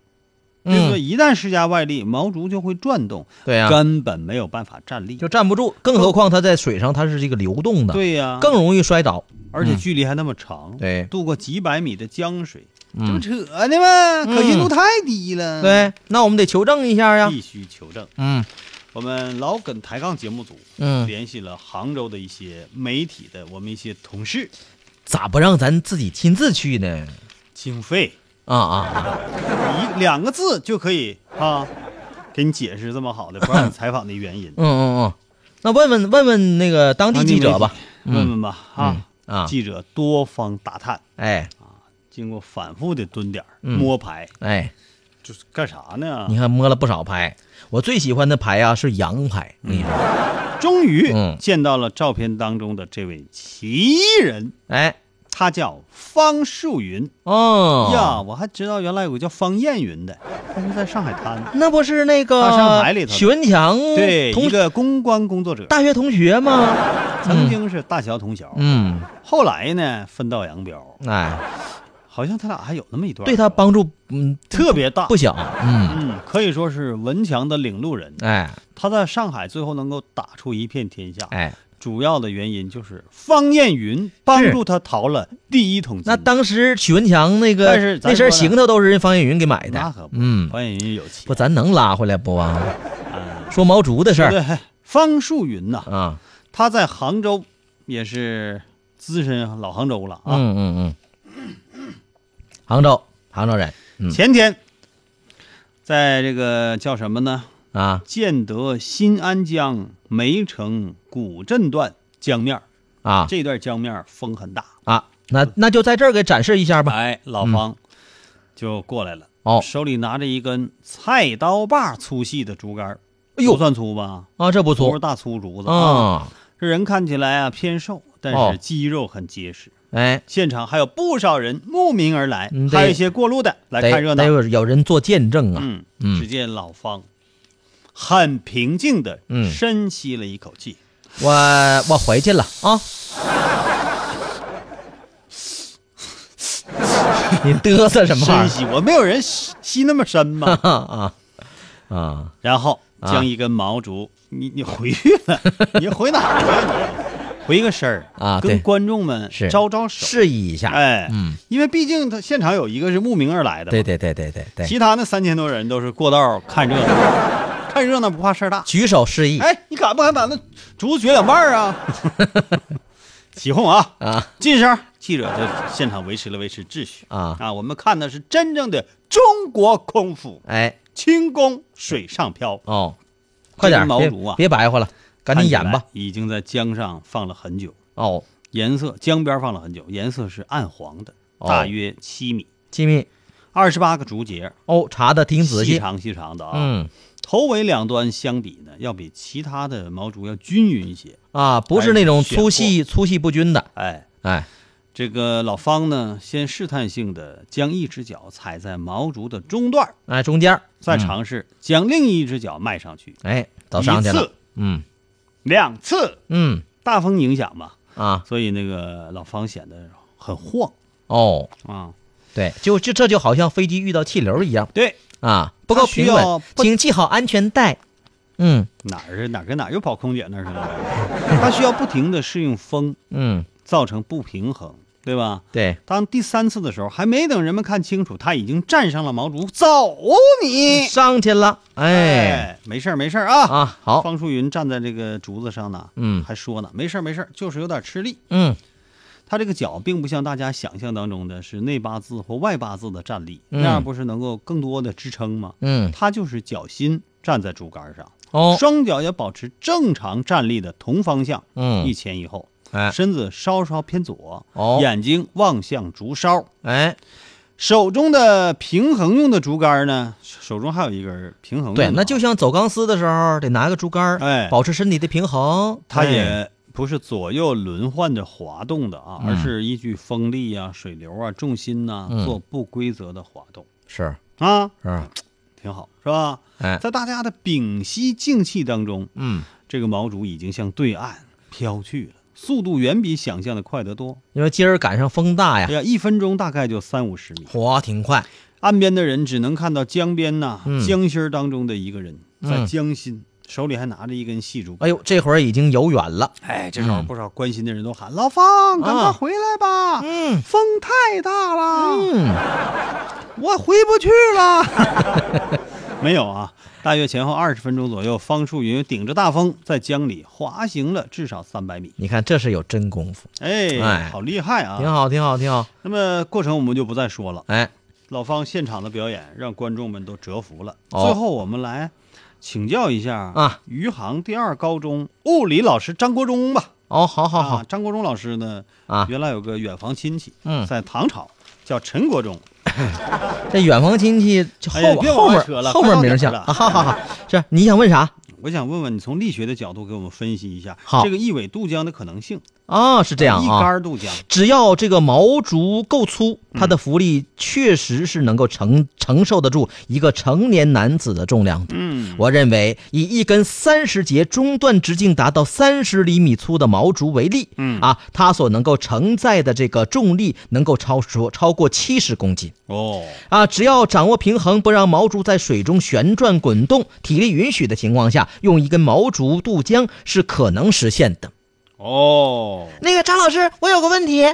Speaker 4: 对不对？
Speaker 5: 嗯，
Speaker 4: 一旦施加外力，毛竹就会转动，
Speaker 5: 对呀，
Speaker 4: 根本没有办法站立。
Speaker 5: 就站不住，更何况它在水上，它是这个流动的，
Speaker 4: 对呀、
Speaker 5: 更容易摔倒。
Speaker 4: 而且距离还那么长，
Speaker 5: 对
Speaker 4: 渡过几百米的江水，这不
Speaker 5: 嗯，
Speaker 4: 扯呢吗？可信度
Speaker 5: 嗯
Speaker 4: 太低了。，
Speaker 5: 对，那我们得求证一下呀。
Speaker 4: 必须求证。
Speaker 5: 嗯
Speaker 4: 我们老梗抬杠节目组
Speaker 5: 嗯，
Speaker 4: 联系了杭州的一些媒体的我们一些同事，
Speaker 5: 咋不让咱自己亲自去呢？
Speaker 4: 经费
Speaker 5: 啊啊，
Speaker 4: 一两个字就可以啊，给你解释这么
Speaker 5: [laughs]
Speaker 4: 好的不让你采访的原因
Speaker 5: 嗯。嗯嗯，那问问问问那个当地记者吧。
Speaker 4: 问问吧
Speaker 5: 嗯
Speaker 4: 啊！
Speaker 5: 啊，
Speaker 4: 记者多方打探，
Speaker 5: 哎
Speaker 4: 经过反复的蹲点儿、
Speaker 5: 嗯
Speaker 4: 摸排，
Speaker 5: 哎。
Speaker 4: 就是干啥呢
Speaker 5: 你？看摸了不少牌，我最喜欢的牌啊是羊牌。
Speaker 4: 嗯
Speaker 5: 我跟你说，
Speaker 4: 终于
Speaker 5: 嗯
Speaker 4: 见到了照片当中的这位奇人，
Speaker 5: 哎，
Speaker 4: 他叫方树云
Speaker 5: 哦
Speaker 4: 呀，，我还知道原来有个叫方艳云的，他是在上海滩，
Speaker 5: 那不是那个
Speaker 4: 大上海里头的
Speaker 5: 许文强
Speaker 4: 对，
Speaker 5: 哦同
Speaker 4: 一个公关工作者，
Speaker 5: 大学同
Speaker 4: [laughs]
Speaker 5: 学吗？
Speaker 4: 曾经是大乔同小，
Speaker 5: 嗯，
Speaker 4: 后来呢分道扬镳，
Speaker 5: 哎，
Speaker 4: 好像他俩还有那么一段，
Speaker 5: 对他帮助嗯
Speaker 4: 特别大
Speaker 5: 不。小，嗯，
Speaker 4: 嗯，可以说是文强的领路人。
Speaker 5: 哎
Speaker 4: 他在上海最后能够打出一片天下，
Speaker 5: 哎，
Speaker 4: 主要的原因就是方艳云帮助他逃了第一桶金。
Speaker 5: 那当时许文强那个
Speaker 4: 但是咱
Speaker 5: 那身
Speaker 4: 说呢
Speaker 5: 行头都是人方艳云给买
Speaker 4: 那
Speaker 5: 的
Speaker 4: 可，不，
Speaker 5: 嗯，
Speaker 4: 方艳云有钱
Speaker 5: 不，咱能拉回来不啊？
Speaker 4: 啊，
Speaker 5: 说毛竹的事儿
Speaker 4: 对，方树云呐、
Speaker 5: 啊，
Speaker 4: 他在杭州也是资深老杭州了啊。
Speaker 5: 嗯嗯嗯，杭州杭州人，嗯
Speaker 4: 前天，在这个叫什么呢？
Speaker 5: 啊
Speaker 4: 建德新安江梅城古镇段江面儿，
Speaker 5: 啊
Speaker 4: 这段江面儿风很大。
Speaker 5: 啊，那那就在这儿给展示一下吧。嗯
Speaker 4: 哎，老方就过来了，
Speaker 5: 哦
Speaker 4: 手里拿着一根菜刀把粗细的竹竿儿，
Speaker 5: 哎呦
Speaker 4: 不算粗吧？
Speaker 5: 啊，这不
Speaker 4: 不是
Speaker 5: 错
Speaker 4: 大粗竹子啊。
Speaker 5: 啊！
Speaker 4: 这人看起来啊偏瘦，但
Speaker 5: 哦
Speaker 4: 是肌肉很结实。
Speaker 5: 哎，
Speaker 4: 现场还有不少人慕名而来
Speaker 5: 嗯，对
Speaker 4: 还有一些过路的来
Speaker 5: 得
Speaker 4: 看热闹
Speaker 5: 得。有有人做见证啊！
Speaker 4: 嗯，
Speaker 5: 嗯
Speaker 4: 只见老方很平静的
Speaker 5: 嗯
Speaker 4: 深吸了一口气，
Speaker 5: 我我回去了啊！ [laughs] 你嘚瑟什么
Speaker 4: 深
Speaker 5: 玩意
Speaker 4: 吸，我没有人吸吸那么深嘛。
Speaker 5: 儿啊啊啊！
Speaker 4: 然后将一根毛竹，你你回去了，你回哪儿了？你 [laughs] 回个身儿
Speaker 5: 啊对
Speaker 4: 跟观众们
Speaker 5: 是
Speaker 4: 招招手，
Speaker 5: 示意一下，
Speaker 4: 哎，
Speaker 5: 嗯，
Speaker 4: 因为毕竟他现场有一个是慕名而来的嘛，
Speaker 5: 对对对对对对，
Speaker 4: 其他那三千多人都是过道儿看热
Speaker 5: [laughs]
Speaker 4: 闹，看热闹不怕事儿大。
Speaker 5: 举手示意
Speaker 4: 哎，你敢不敢把那竹子撅两半儿
Speaker 5: [laughs]
Speaker 4: 啊？起哄啊！
Speaker 5: 啊
Speaker 4: 近声，记者在现场维持了维持秩序
Speaker 5: 啊！
Speaker 4: 啊。我们看的是真正的中国空腹，
Speaker 5: 哎
Speaker 4: 轻功水上漂，
Speaker 5: 哦，快点儿，
Speaker 4: 这根
Speaker 5: 别
Speaker 4: 毛竹啊
Speaker 5: 别白活了，赶紧演
Speaker 4: 看起来！
Speaker 5: 吧
Speaker 4: 已经在江上放了很久，
Speaker 5: 哦，
Speaker 4: 颜色江边放了很久，颜色是暗黄的，
Speaker 5: 哦
Speaker 4: 大约七米，
Speaker 5: 机密
Speaker 4: 二十八个竹节，
Speaker 5: 哦，查的挺仔
Speaker 4: 细
Speaker 5: 细，
Speaker 4: 长细长的啊。
Speaker 5: 嗯
Speaker 4: 头尾两端相比呢，要比其他的毛竹要均匀一些。
Speaker 5: 啊，不是那种
Speaker 4: 哎选
Speaker 5: 粗细粗细不均的，
Speaker 4: 哎，
Speaker 5: 哎，
Speaker 4: 这个老方呢，先试探性的将一只脚踩在毛竹的中段儿，
Speaker 5: 哎，中间儿
Speaker 4: 再
Speaker 5: 嗯
Speaker 4: 尝试将另一只脚迈上去。
Speaker 5: 哎，都上去
Speaker 4: 一
Speaker 5: 了
Speaker 4: 次。
Speaker 5: 嗯
Speaker 4: 两次，
Speaker 5: 嗯
Speaker 4: 大风影响嘛，
Speaker 5: 啊
Speaker 4: 所以那个老方显得很晃
Speaker 5: 哦，
Speaker 4: 啊。
Speaker 5: 对，就就这就好像飞机遇到气流一样
Speaker 4: 对，
Speaker 5: 啊，不够
Speaker 4: 它需
Speaker 5: 平
Speaker 4: 要
Speaker 5: 稳，
Speaker 4: 不
Speaker 5: 请系好安全带。嗯
Speaker 4: 哪儿是哪儿跟哪儿又跑空姐那儿去了，它需要不停的适应风，
Speaker 5: 嗯，
Speaker 4: 造成不平衡，对吧？
Speaker 5: 对，
Speaker 4: 当第三次的时候，还没等人们看清楚，它已经站上了毛竹，走你！
Speaker 5: 上去了，哎，
Speaker 4: 哎，没事儿没事儿啊
Speaker 5: 啊，好，
Speaker 4: 方淑云站在这个竹子上呢，
Speaker 5: 嗯
Speaker 4: 还说呢，没事儿没事儿，就是有点吃力。
Speaker 5: 嗯
Speaker 4: 他这个脚并不像大家想象当中的是内八字或外八字的站立，
Speaker 5: 嗯
Speaker 4: 那样不是能够更多的支撑吗？
Speaker 5: 嗯，
Speaker 4: 他就是脚心站在竹竿上，
Speaker 5: 哦，
Speaker 4: 双脚也保持正常站立的同方向，一
Speaker 5: 嗯，
Speaker 4: 前一后，
Speaker 5: 哎
Speaker 4: 身子稍稍偏左，
Speaker 5: 哦
Speaker 4: 眼睛望向竹梢，
Speaker 5: 哎，
Speaker 4: 手中的平衡用的竹竿呢，手中还有一根平衡用的
Speaker 5: 对，那就像走钢丝的时候得拿个竹竿儿，
Speaker 4: 哎
Speaker 5: 保持身体的平衡。
Speaker 4: 它
Speaker 5: 哎
Speaker 4: 也不是左右轮换着滑动的啊，
Speaker 5: 嗯
Speaker 4: 而是依据风力啊、水流啊、重心呐、
Speaker 5: 嗯
Speaker 4: 做不规则的滑动
Speaker 5: 是
Speaker 4: 啊，
Speaker 5: 是，
Speaker 4: 挺好，是吧？
Speaker 5: 哎，
Speaker 4: 在大家的屏息静气当中，
Speaker 5: 嗯，
Speaker 4: 这个毛竹已经向对岸飘去了，速度远比想象的快得多。
Speaker 5: 因为今儿赶上风大
Speaker 4: 哎
Speaker 5: 呀，
Speaker 4: 呀，一分钟大概就三五十米，
Speaker 5: 滑挺快。
Speaker 4: 岸边的人只能看到江边呐、
Speaker 5: 嗯
Speaker 4: 江心儿当中的一个人在
Speaker 5: 嗯
Speaker 4: 江心，手里还拿着一根细竹。
Speaker 5: 哎呦，这会儿已经游远了。
Speaker 4: 哎，这时候不少关心的人都喊：“老方，赶快
Speaker 5: 啊
Speaker 4: 回来吧！
Speaker 5: 嗯
Speaker 4: 风太大了，
Speaker 5: 嗯，
Speaker 4: 我回不去了。” [laughs] 没有啊，大约前后二十分钟左右，方树云顶着大风在江里滑行了至少三百米。
Speaker 5: 你看这是有真功夫，
Speaker 4: 哎，
Speaker 5: 哎
Speaker 4: 好厉害
Speaker 5: 挺
Speaker 4: 啊！
Speaker 5: 好，挺好，挺好。
Speaker 4: 那么过程我们就不再说了。
Speaker 5: 哎，
Speaker 4: 老方现场的表演让观众们都折服了。
Speaker 5: 哦
Speaker 4: 最后，我们来请教一下
Speaker 5: 啊，
Speaker 4: 余杭第二高中物理老师张国忠吧。
Speaker 5: 哦，好好
Speaker 4: 啊
Speaker 5: 好，
Speaker 4: 张国忠老师呢？
Speaker 5: 啊
Speaker 4: 原来有个远房亲戚，
Speaker 5: 嗯
Speaker 4: 在唐朝叫陈国忠。
Speaker 5: 这远房亲戚就后
Speaker 4: 哎呀别往
Speaker 5: 后
Speaker 4: 外
Speaker 5: 面
Speaker 4: 扯了
Speaker 5: 后
Speaker 4: 快到
Speaker 5: 面
Speaker 4: 点儿
Speaker 5: 名下
Speaker 4: 了哎
Speaker 5: 啊，好好好，是你想问啥？
Speaker 4: 我想问问你，从力学的角度给我们分析一下
Speaker 5: 好
Speaker 4: 这个一苇渡江的可能性。
Speaker 5: 啊，是这样
Speaker 4: 一
Speaker 5: 啊，
Speaker 4: 杆渡江，
Speaker 5: 只要这个毛竹够粗，它
Speaker 4: 嗯
Speaker 5: 的浮力确实是能够承承受得住一个成年男子的重量的。
Speaker 4: 嗯，
Speaker 5: 我认为以一根三十节中段直径达到三十厘米粗的毛竹为例，
Speaker 4: 嗯
Speaker 5: 啊，它所能够承载的这个重力能够超出超过七十公斤
Speaker 4: 哦，
Speaker 5: 啊！只要掌握平衡，不让毛竹在水中旋转滚动，体力允许的情况下，用一根毛竹渡江是可能实现的。
Speaker 4: 哦，
Speaker 5: 那个张老师，我有个问题，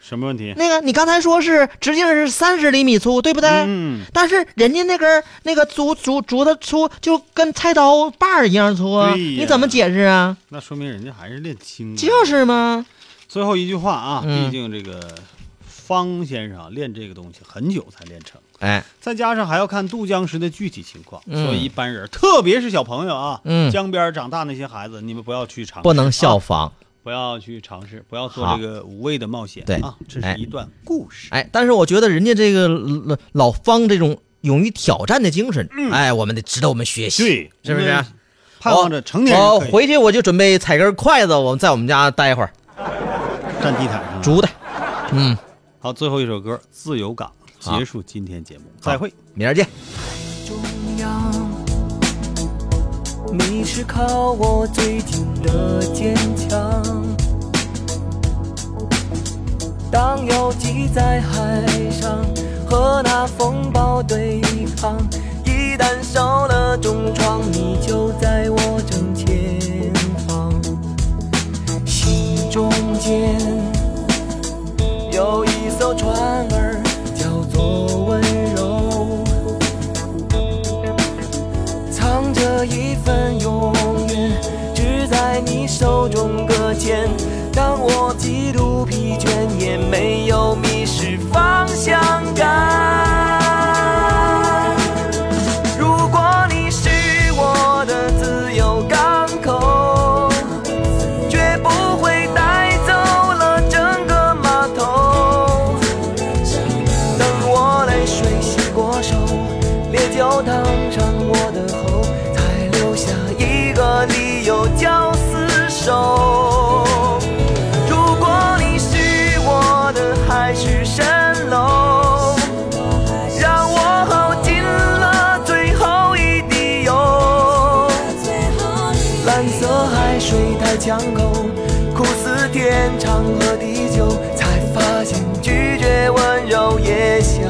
Speaker 4: 什么问题？
Speaker 5: 那个你刚才说是直径是三十厘米粗，对不对？
Speaker 4: 嗯，
Speaker 5: 但是人家那根儿那个竹竹竹的粗，就跟菜刀把儿一样粗啊！
Speaker 4: 对呀
Speaker 5: 你怎么解释啊？
Speaker 4: 那说明人家还是练轻功。
Speaker 5: 就是嘛，
Speaker 4: 最后一句话啊，
Speaker 5: 嗯
Speaker 4: 毕竟这个方先生啊练这个东西很久才练成，
Speaker 5: 哎，
Speaker 4: 再加上还要看渡江时的具体情况，
Speaker 5: 嗯
Speaker 4: 所以一般人，特别是小朋友啊，
Speaker 5: 嗯
Speaker 4: 江边长大那些孩子，你们不要去尝试，
Speaker 5: 不能效
Speaker 4: 啊
Speaker 5: 仿。
Speaker 4: 不要去尝试，不要做
Speaker 5: 好
Speaker 4: 这个无谓的冒险。
Speaker 5: 对
Speaker 4: 啊，这是
Speaker 5: 哎
Speaker 4: 一段故事。
Speaker 5: 哎，但是我觉得人家这个老老方这种勇于挑战的精神，
Speaker 4: 嗯
Speaker 5: 哎，我们得值得我们学习，是不是？啊
Speaker 4: 我们盼望着成年
Speaker 5: 我
Speaker 4: 人可以
Speaker 5: 回去我就准备采根筷子，我们在我们家待一会儿，
Speaker 4: 站地毯上。
Speaker 5: 竹的。嗯，
Speaker 4: 好，最后一首歌《自由港》
Speaker 5: 好
Speaker 4: 结束今天节目，再会。
Speaker 5: 明儿见。
Speaker 6: 中央，你是靠我最近的坚强。当游击在海上和那风暴对抗，一旦受了重创，你就在我正前方。心中间有一艘船儿，叫做温柔。藏着一份永远，只在你手中搁浅。当我极度疲倦，也没有迷失方向感。如果你是我的自由港口，绝不会带走了整个码头。等我泪水洗过手，烈酒烫伤我的喉，才留下一个理由叫厮守。如果你是我的海市蜃楼，让我耗尽了最后一滴油。蓝色海水太抢口，苦思天长和地久，才发现拒绝温柔也想